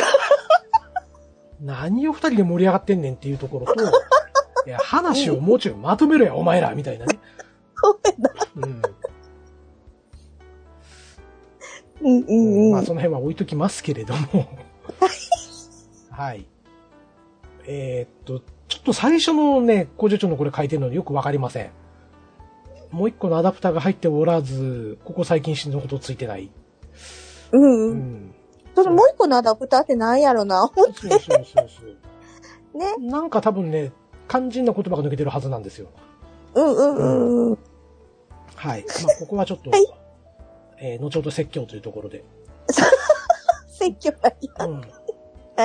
[SPEAKER 2] 何を二人で盛り上がってんねんっていうところと、いや、話をもうちょいまとめろや、お前ら、みたいなね。うん。
[SPEAKER 1] うんう
[SPEAKER 2] うん
[SPEAKER 1] ん
[SPEAKER 2] ま
[SPEAKER 1] う
[SPEAKER 2] あ
[SPEAKER 1] ん。
[SPEAKER 2] その辺は置いときますけれど
[SPEAKER 1] [LAUGHS]
[SPEAKER 2] も。はい。えーっと、ちょっと最初のね、工場長のこれ書いてるのよくわかりません。もう一個のアダプターが入っておらず、ここ最近死ぬほどついてない。
[SPEAKER 1] うん
[SPEAKER 2] う
[SPEAKER 1] うん。
[SPEAKER 2] ん。
[SPEAKER 1] そのもう一個のアダプターってなんやろな。
[SPEAKER 2] そうそうそうそう。
[SPEAKER 1] [LAUGHS] ね。
[SPEAKER 2] なんか多分ね、肝心な言葉が抜けてるはずなんですよ。
[SPEAKER 1] うんうんうんうん。
[SPEAKER 2] はい。まあここはちょっと、
[SPEAKER 1] はい
[SPEAKER 2] えー後ほど説教というところで。
[SPEAKER 1] 説教はいい。
[SPEAKER 2] うん。
[SPEAKER 1] は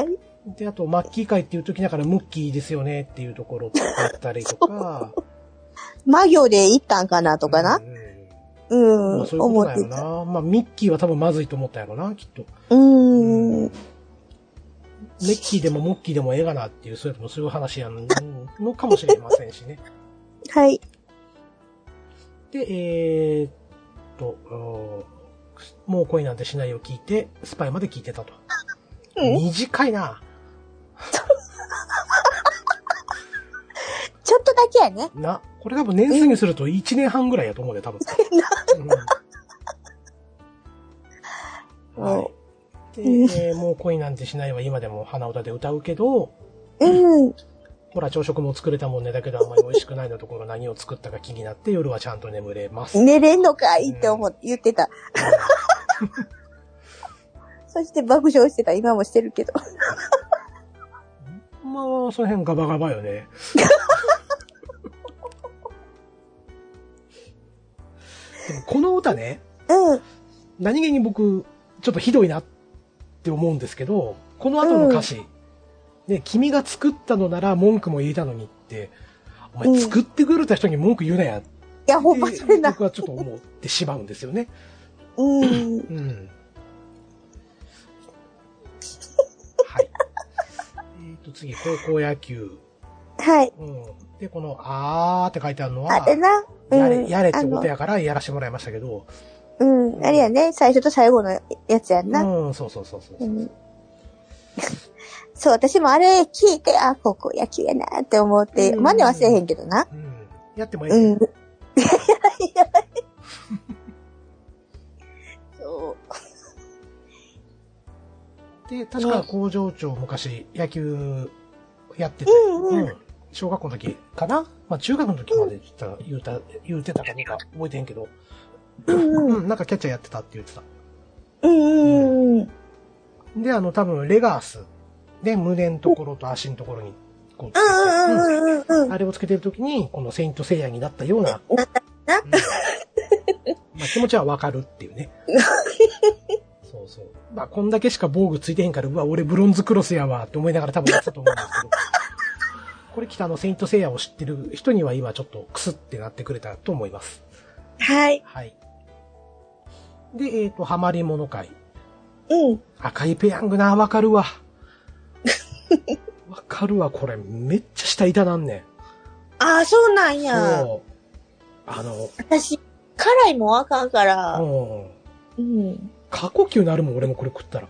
[SPEAKER 1] い。
[SPEAKER 2] で、あと、マッキー会っていう時だから、ムッキーですよねっていうところだったりとか。
[SPEAKER 1] 魔行で行ったんかなとかな
[SPEAKER 2] う。ん
[SPEAKER 1] うん。
[SPEAKER 2] まあ、そういうこと
[SPEAKER 1] 思っ
[SPEAKER 2] だよ
[SPEAKER 1] てた。
[SPEAKER 2] な。まあ、ミッキーは多分まずいと思ったやろな、きっと。
[SPEAKER 1] うん。うん
[SPEAKER 2] メッキーでもモッキーでもええがなっていう、それともそういう話やんのかもしれませんしね。
[SPEAKER 1] はい。
[SPEAKER 2] で、えーっと、うんもう恋なんてしないを聞いて、スパイまで聞いてたと。
[SPEAKER 1] うん
[SPEAKER 2] 短いな。
[SPEAKER 1] ちょっとだけやね。
[SPEAKER 2] な。これ多分年数にすると1年半ぐらいやと思うで、
[SPEAKER 1] [LAUGHS]
[SPEAKER 2] 多分。うんはい。で、えーもう恋なんてしないは今でも鼻歌で歌うけど、
[SPEAKER 1] うん。
[SPEAKER 2] ほら、朝食も作れたもんねだけどあんまり美味しくないのところ何を作ったか気になって夜はちゃんと眠れます。
[SPEAKER 1] 寝れんのかいって思って言ってた。そして爆笑してた。今もしてるけど。
[SPEAKER 2] まあ、その辺ガバガバよね。でもこの歌ね、
[SPEAKER 1] うん。
[SPEAKER 2] 何気に僕、ちょっとひどいなって思うんですけど、この後の歌詞、ね、君が作ったのなら文句も言えたのにって、お
[SPEAKER 1] う
[SPEAKER 2] 前
[SPEAKER 1] ん
[SPEAKER 2] 作ってくれた人に文句言うなやって、
[SPEAKER 1] いや、ほんまそれな。
[SPEAKER 2] 僕はちょっと思ってしまうんですよね。
[SPEAKER 1] うん。
[SPEAKER 2] うん。はい。えっと、次、高校野球。
[SPEAKER 1] はい。
[SPEAKER 2] うん。で、この、あーって書いてあるのは
[SPEAKER 1] あ、れな。うん。
[SPEAKER 2] やれ、やれってこと
[SPEAKER 1] や。
[SPEAKER 2] やからやらしてもらいましたけど、
[SPEAKER 1] うん。あれやね。最初と最後のやつやんな。
[SPEAKER 2] うん、そうそうそうそうう。
[SPEAKER 1] ん [LAUGHS] そう、私もあれ聞いて、あ、ここ野球やなって思って、
[SPEAKER 2] うん
[SPEAKER 1] 真似はせえへんけどな。
[SPEAKER 2] うん。やってもいい、 [LAUGHS]
[SPEAKER 1] うん。いやいやいや。そう。
[SPEAKER 2] で、確か工場長昔野球やってて、
[SPEAKER 1] うんうん
[SPEAKER 2] 小学校の時かなまあ中学の時まで言ってた、言うた、言うてたかどうか覚えてへんけど、
[SPEAKER 1] うんうん。
[SPEAKER 2] うん、なんかキャッチャーやってたって言ってた。
[SPEAKER 1] うんうんうん。
[SPEAKER 2] で、あの、多分、レガース。で、胸のところと足のところに、こうつけ
[SPEAKER 1] うん
[SPEAKER 2] て、
[SPEAKER 1] うんうんうん
[SPEAKER 2] あれをつけてるときに、このセイントセイヤになったような。
[SPEAKER 1] なったな
[SPEAKER 2] うんまあ、気持ちはわかるっていう
[SPEAKER 1] [LAUGHS]
[SPEAKER 2] ね。そうそう。まあ、こんだけしか防具ついてへんから、うわ、俺ブロンズクロスやわ、って思いながら多分やってたと思うんですけ
[SPEAKER 1] [LAUGHS]
[SPEAKER 2] ど。これ来たあの、セイントセイヤを知ってる人には今ちょっとクスってなってくれたと思います。
[SPEAKER 1] はい。
[SPEAKER 2] はい。で、えっ、と、ハマり物会。
[SPEAKER 1] うん。
[SPEAKER 2] 赤いペヤングな、わか [LAUGHS] るわ。わかるわ、これ。めっちゃ下痛なんね
[SPEAKER 1] ああ、そうなん
[SPEAKER 2] ん。
[SPEAKER 1] や。
[SPEAKER 2] そう。あの、
[SPEAKER 1] 私、辛いもんあかんから。
[SPEAKER 2] うん。
[SPEAKER 1] うん。
[SPEAKER 2] 過呼吸なるもん、俺もこれ食 [LAUGHS] ったら。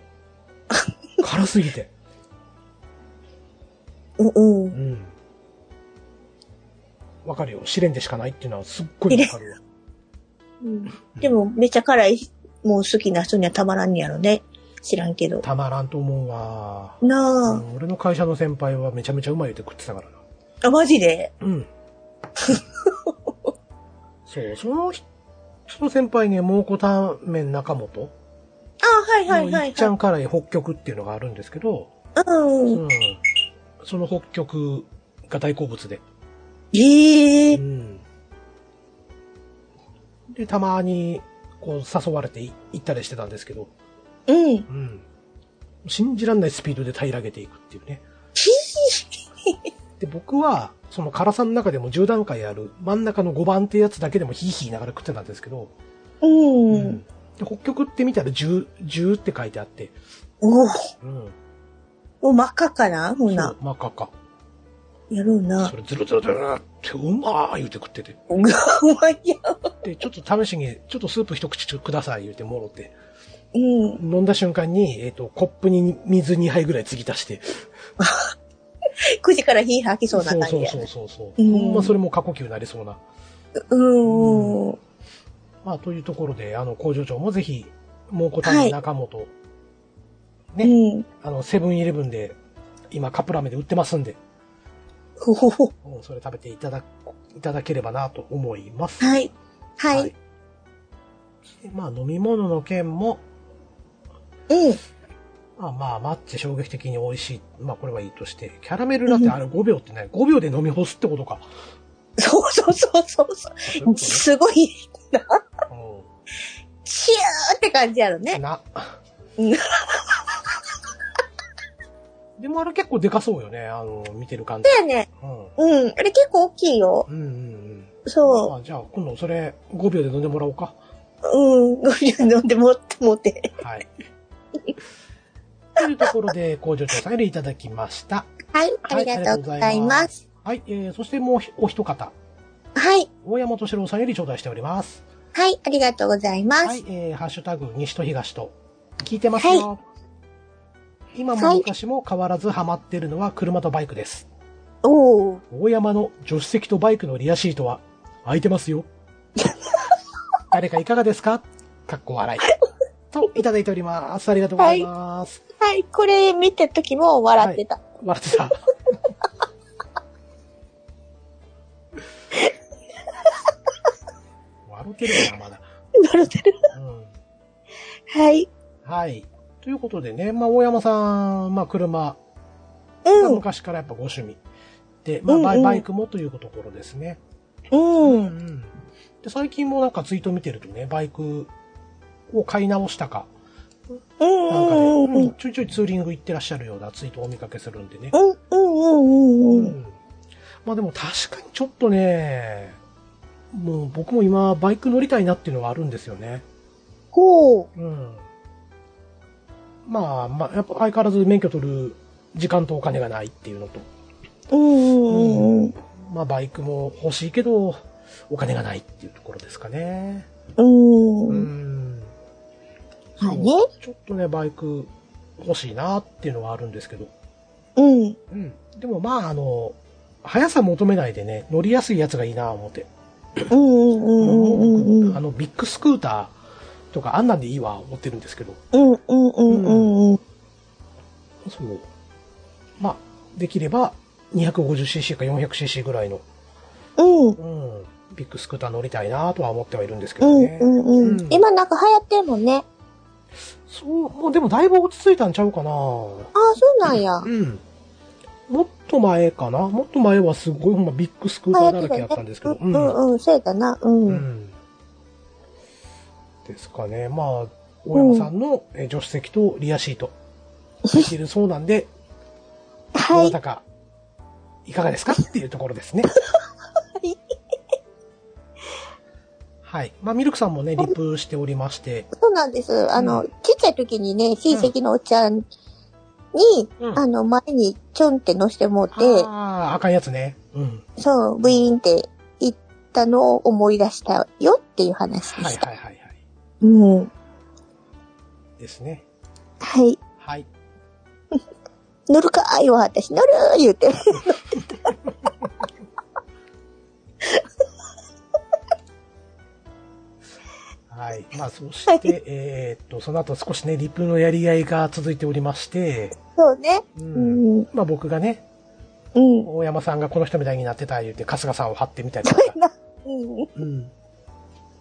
[SPEAKER 2] 辛すぎて。
[SPEAKER 1] うんう。
[SPEAKER 2] うんん。わかるよ。試練でしかないっていうのはすっごいわかるわ。
[SPEAKER 1] うんでも、めっちゃ辛いもん好きな人にはたまらんやろね。知らんけど。
[SPEAKER 2] たまらんと思うわ。う
[SPEAKER 1] なあ。
[SPEAKER 2] ん俺の会社の先輩はめちゃめちゃうまいって食ってたからな。
[SPEAKER 1] あ、マジで
[SPEAKER 2] [LAUGHS] うん。そう、その人、その先輩ね、蒙古タンメン中本
[SPEAKER 1] あ、はいはいはいい
[SPEAKER 2] っちゃ
[SPEAKER 1] は
[SPEAKER 2] ん辛い北極っていうのがあるんですけど、
[SPEAKER 1] い。う。
[SPEAKER 2] うんん。その北極が大好物で。
[SPEAKER 1] ええ
[SPEAKER 2] う。ん。で、たまに、こう、誘われてい行ったりしてたんですけど、
[SPEAKER 1] うん。
[SPEAKER 2] うん。
[SPEAKER 1] [LAUGHS]
[SPEAKER 2] 信じらんないスピードで平らげていくっていうね。で、僕は、その辛さの中でも10段階ある、真ん中の5番ってやつだけでもヒーヒー言いながら食ってたんですけど、
[SPEAKER 1] うん。
[SPEAKER 2] で、北極って見たら10、10って書いてあって、
[SPEAKER 1] おお、
[SPEAKER 2] うん。
[SPEAKER 1] お真っ赤かなほ
[SPEAKER 2] そ
[SPEAKER 1] な
[SPEAKER 2] う。まあ、かか。
[SPEAKER 1] やろうな
[SPEAKER 2] そ。れズルズルズルってうまー言うて食ってて。
[SPEAKER 1] うわ、うまいや。
[SPEAKER 2] で、ちょっと試しに、ちょっとスープ一口ちょください言うてもろって。
[SPEAKER 1] うん。
[SPEAKER 2] 飲んだ瞬間に、えっ、と、コップに水2杯ぐらい継ぎ足して。
[SPEAKER 1] 9時から火吐きそうな感じ
[SPEAKER 2] そう
[SPEAKER 1] や。
[SPEAKER 2] そうそうそうう。
[SPEAKER 1] ん
[SPEAKER 2] ほんまそれも過呼吸になりそうな。
[SPEAKER 1] うん。
[SPEAKER 2] まあ、というところで、あの、工場長もぜひ、蒙古タン中本、
[SPEAKER 1] うん。
[SPEAKER 2] あの、セブンイレブンで、今カップラーメンで売ってますんで、
[SPEAKER 1] ほほほ。
[SPEAKER 2] うん、それ食べていただく、いただければなと思います。
[SPEAKER 1] はい。はい。。
[SPEAKER 2] でまあ、飲み物の件も、
[SPEAKER 1] うん。
[SPEAKER 2] まあまあ、マッチ衝撃的に美味しい。まあ、これはいいとして、キャラメルラテあれ5秒ってね、5秒で飲み干すってことか。
[SPEAKER 1] そうそうそうそうそ
[SPEAKER 2] あそういうこ
[SPEAKER 1] う。すごい、
[SPEAKER 2] とね
[SPEAKER 1] チューって感じやろ
[SPEAKER 2] うん
[SPEAKER 1] ね。
[SPEAKER 2] な
[SPEAKER 1] うん。
[SPEAKER 2] でもあれ結構でかそうよね、あの、見てる感じ
[SPEAKER 1] だ。よね。
[SPEAKER 2] うん。
[SPEAKER 1] うん。あれ結構大きいよ。
[SPEAKER 2] うんうんうん。ま
[SPEAKER 1] そ
[SPEAKER 2] あ、じゃあ、今度それ5秒で飲んでもらおうか。
[SPEAKER 1] う。うん。飲んでもってもって。
[SPEAKER 2] はい。というところで、工場長さんよりいただきました。
[SPEAKER 1] はい。あ
[SPEAKER 2] は
[SPEAKER 1] りがとうございます。
[SPEAKER 2] す。はい、えー、そしてもうひお一方、
[SPEAKER 1] はい。
[SPEAKER 2] 大山敏郎さんより頂戴しております。
[SPEAKER 1] はい。ありがとうございます。
[SPEAKER 2] はい、えー、ハッシュタグ、西と東と。聞いてますよ。今も昔も変わらずハマってるのは車とバイクです。
[SPEAKER 1] おー。
[SPEAKER 2] 大山の助手席とバイクのリアシートは空いてます [LAUGHS] よ。誰かいかがですかかっこ笑 [LAUGHS] い。と、いただいております。ありがとうございます。
[SPEAKER 1] はい。これ見た時も笑ってた。
[SPEAKER 2] 笑って [LAUGHS] た。笑ってるかな、まだ。
[SPEAKER 1] 笑ってる。
[SPEAKER 2] う
[SPEAKER 1] はい。
[SPEAKER 2] ん。はい。ということでね、まあ、大山さん、まあ、車が
[SPEAKER 1] うん。
[SPEAKER 2] 昔からやっぱご趣味。で、まあ
[SPEAKER 1] う
[SPEAKER 2] バ
[SPEAKER 1] んう
[SPEAKER 2] イ、
[SPEAKER 1] ん
[SPEAKER 2] バイクもというところですね。
[SPEAKER 1] う。
[SPEAKER 2] うんんで最近もなんかツイート見てるとね、バイクを買い直したか、
[SPEAKER 1] う
[SPEAKER 2] なん
[SPEAKER 1] ん。
[SPEAKER 2] か
[SPEAKER 1] うん。
[SPEAKER 2] ね、
[SPEAKER 1] う
[SPEAKER 2] うん
[SPEAKER 1] ん。
[SPEAKER 2] ちょいちょいツーリング行ってらっしゃるようなツイートをお見かけするんでね。
[SPEAKER 1] うん。うん。うん。
[SPEAKER 2] まあでも確かにちょっとね、もう僕も今バイク乗りたいなっていうのはあるんですよね。
[SPEAKER 1] ほう。
[SPEAKER 2] うん。まあ、まあ、やっぱ相変わらず免許取る時間とお金がないっていうのと、
[SPEAKER 1] うん。うん。
[SPEAKER 2] まあバイクも欲しいけど、お金がないっていうところですかね。
[SPEAKER 1] うん。
[SPEAKER 2] う
[SPEAKER 1] うん。
[SPEAKER 2] ん。
[SPEAKER 1] はいね。
[SPEAKER 2] ちょっとね、バイク欲しいなっていうのはあるんですけど。
[SPEAKER 1] うん。
[SPEAKER 2] うん。でもまあ、あの、速さ求めないでね、乗りやすいやつがいいな思って。
[SPEAKER 1] うん。うん。うん。うん。うん
[SPEAKER 2] あ。の、ビッグスクーターとかあんなんでいいわ思ってるんですけど。
[SPEAKER 1] うんうんうんうんうん。
[SPEAKER 2] そう。まあ、できれば 250cc か 400cc ぐらいの、
[SPEAKER 1] うん。
[SPEAKER 2] うん、ビッグスクーター乗りたいなとは思ってはいるんですけ
[SPEAKER 1] うん
[SPEAKER 2] どね。
[SPEAKER 1] うんうん
[SPEAKER 2] う。ん
[SPEAKER 1] 今なんか流行ってんもんね。
[SPEAKER 2] そう、もうでもだいぶ落ち着いたんちゃうかな
[SPEAKER 1] ああ、そうなんや。
[SPEAKER 2] うん。もっと前かなもっと前はすごいほんまビッグスクーターだらけやったんですけど。
[SPEAKER 1] うんうんうん、そうやったな。う。
[SPEAKER 2] うんん。ですかね。まあ、大山さんのえー助手席とリアシー
[SPEAKER 1] [LAUGHS]
[SPEAKER 2] ト。できるそうなんで、ど
[SPEAKER 1] は。
[SPEAKER 2] ないたか、いかがですかっていうところですね。
[SPEAKER 1] い
[SPEAKER 2] はい。まあ、ミルクさんもね、リプしておりまして。
[SPEAKER 1] そうなんです。あの、ちっちゃい時にね、親戚のおっちゃんに、
[SPEAKER 2] うん
[SPEAKER 1] あの、前にちょんって乗してもうて、
[SPEAKER 2] ああ、あかんやつね。うん。
[SPEAKER 1] そう、ブイーンって行ったのを思い出したよっていう話で
[SPEAKER 2] はい
[SPEAKER 1] した。
[SPEAKER 2] はいはいはい。
[SPEAKER 1] うん。
[SPEAKER 2] ですね。
[SPEAKER 1] はい。
[SPEAKER 2] はい。
[SPEAKER 1] 乗るかーいわ、私乗るー言うて。
[SPEAKER 2] はい。まあ、そして、えーっと、その後少しね、リプのやり合いが続いておりまして、
[SPEAKER 1] そうね。
[SPEAKER 2] う。
[SPEAKER 1] うんん。
[SPEAKER 2] まあ、僕がね、
[SPEAKER 1] うん。 [LAUGHS]
[SPEAKER 2] 大山さんがこの人みたいになってた言うて、春日さんを張ってみたりとか。
[SPEAKER 1] うん。
[SPEAKER 2] うん。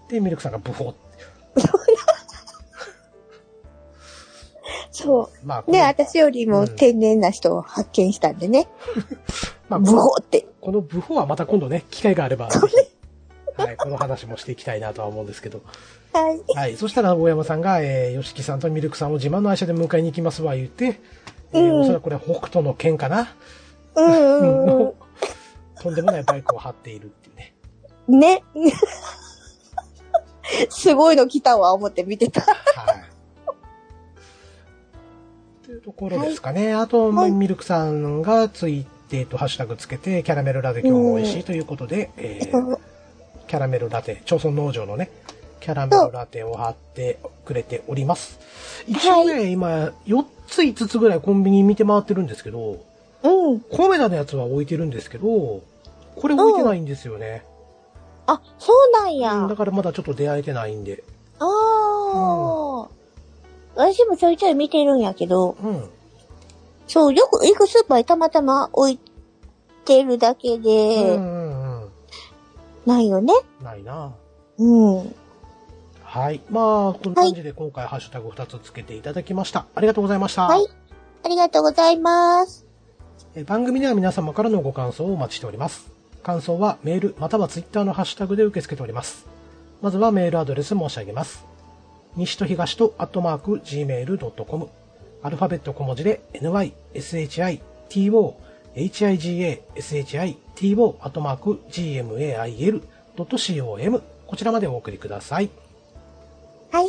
[SPEAKER 2] で、ミルクさんがブホって。
[SPEAKER 1] そう。
[SPEAKER 2] まあ、この
[SPEAKER 1] ね、私よりも天然な人を発見したんでね。
[SPEAKER 2] まあ、
[SPEAKER 1] ブ
[SPEAKER 2] この
[SPEAKER 1] ホって。
[SPEAKER 2] このブホはまた今度ね、機会があれば、はい、この話もしていきたいなとは思うんで
[SPEAKER 1] [LAUGHS]
[SPEAKER 2] すけど。
[SPEAKER 1] はい。
[SPEAKER 2] はい。そしたら、大山さんが、えー、ヨシキさんとミルクさんを自慢の愛車で迎えに行きますわ、言って、えー
[SPEAKER 1] うん
[SPEAKER 2] おそらくこれは北斗の剣かな、
[SPEAKER 1] うんうんうん。
[SPEAKER 2] とんでもないバイクを張っているっていうね。
[SPEAKER 1] [LAUGHS] ね。すごいの来たわ、思って見てた。
[SPEAKER 2] はい。っていうところですかね。あと、
[SPEAKER 1] はい
[SPEAKER 2] ミルクさんがツイえーと、ハッシュタグつけて、キャラメルラテ今日も美味しいということで、えーキャラメルラテ、町村農場のね、キャラメルラテを貼ってくれております。一応ね、今、4つ5つぐらいコンビニ見て回ってるんですけど、
[SPEAKER 1] うん。
[SPEAKER 2] コメダのやつは置いてるんですけど、これ置いてないんですよね。
[SPEAKER 1] あ、そうなんや。
[SPEAKER 2] だからまだちょっと出会えてないんで。
[SPEAKER 1] ああ、私もちょいちょい見てるんやけど、
[SPEAKER 2] うん。
[SPEAKER 1] そう、よく行くスーパーにたまたま置いてるだけ
[SPEAKER 2] う
[SPEAKER 1] で、
[SPEAKER 2] んうんうん。
[SPEAKER 1] ないよね。
[SPEAKER 2] ないな
[SPEAKER 1] うん。
[SPEAKER 2] はい。まあ、こんな感じで今回ハッシュタグ2つつけていただきました。ありがとうございました。
[SPEAKER 1] はいありがとうございます。
[SPEAKER 2] えー番組では皆様からのご感想をお待ちしております。感想はメールまたはツイッターのハッシュタグで受け付けております。まずはメールアドレス申し上げます。西と東とアットマーク gmail.com アルファベット小文字で ny, shi, to, higa, shi, to アットマーク gmail.com こちらまでお送りください。
[SPEAKER 1] はい。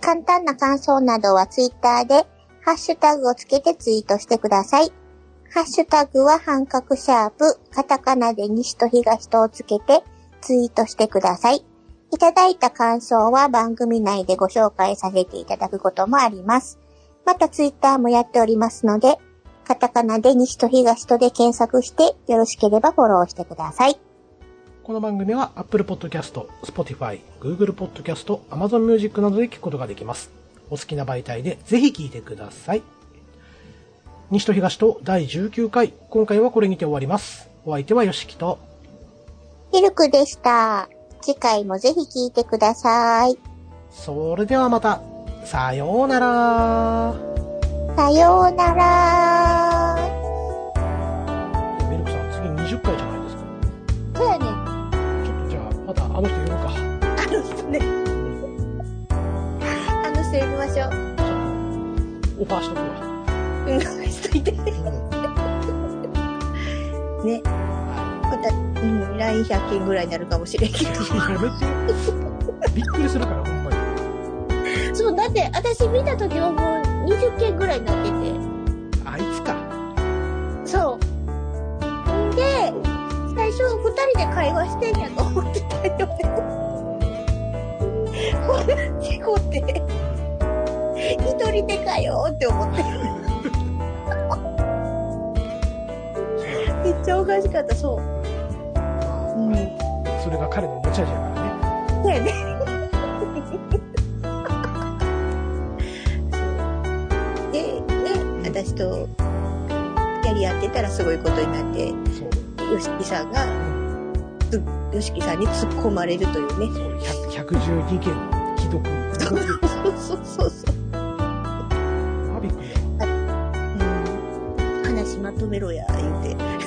[SPEAKER 1] 簡単な感想などはツイッターで、ハッシュタグをつけてツイートしてください。ハッシュタグは半角シャープ、カタカナで西と東とをつけてツイートしてください。いただいた感想は番組内でご紹介させていただくこともあります。またツイッターもやっておりますので、カタカナで西と東とで検索してよろしければフォローしてください。
[SPEAKER 2] この番組は Apple Podcast、Spotify、Google Podcast、Amazon Music などで聞くことができます。お好きな媒体でぜひ聞いてください。西と東と第19回、今回はこれにて終わります。お相手はよしきと、
[SPEAKER 1] ミルクでした。次回もぜひ聞いてください。
[SPEAKER 2] それではまた、さようなら。
[SPEAKER 1] さようなら。
[SPEAKER 2] メルクさん、次20回じゃないですか。
[SPEAKER 1] そうやね。
[SPEAKER 2] ちょっとじゃあ、またあの人呼ぶか。
[SPEAKER 1] あの人ね。あの人呼びましょう。
[SPEAKER 2] ちょっとオファーしとくわ。
[SPEAKER 1] うん、しといて。ね。
[SPEAKER 2] は
[SPEAKER 1] また、うん、LINE100 件ぐらいになるかもしれんけど。
[SPEAKER 2] い。やめて。 [LAUGHS] びっくりするから、ほんまに。
[SPEAKER 1] そう、だって、私見た時はもう20件ぐらいになって
[SPEAKER 2] あいつか。
[SPEAKER 1] て。そう。んで、最初二人で会話してんやと思ってたよね。ほら、事故って。一人でかよって思って。めっちゃおかしかった、そう。うん。
[SPEAKER 2] それが彼の持ち味だからね。
[SPEAKER 1] そうやね。で、ね、私と、やり合ってたらすごいことになって、
[SPEAKER 2] そう。
[SPEAKER 1] よしきさんが、よしきさんに突っ込まれるというね。
[SPEAKER 2] そう100 112件既読
[SPEAKER 1] そうそうそうそう。
[SPEAKER 2] アビック
[SPEAKER 1] うん。話まとめろや、言うて。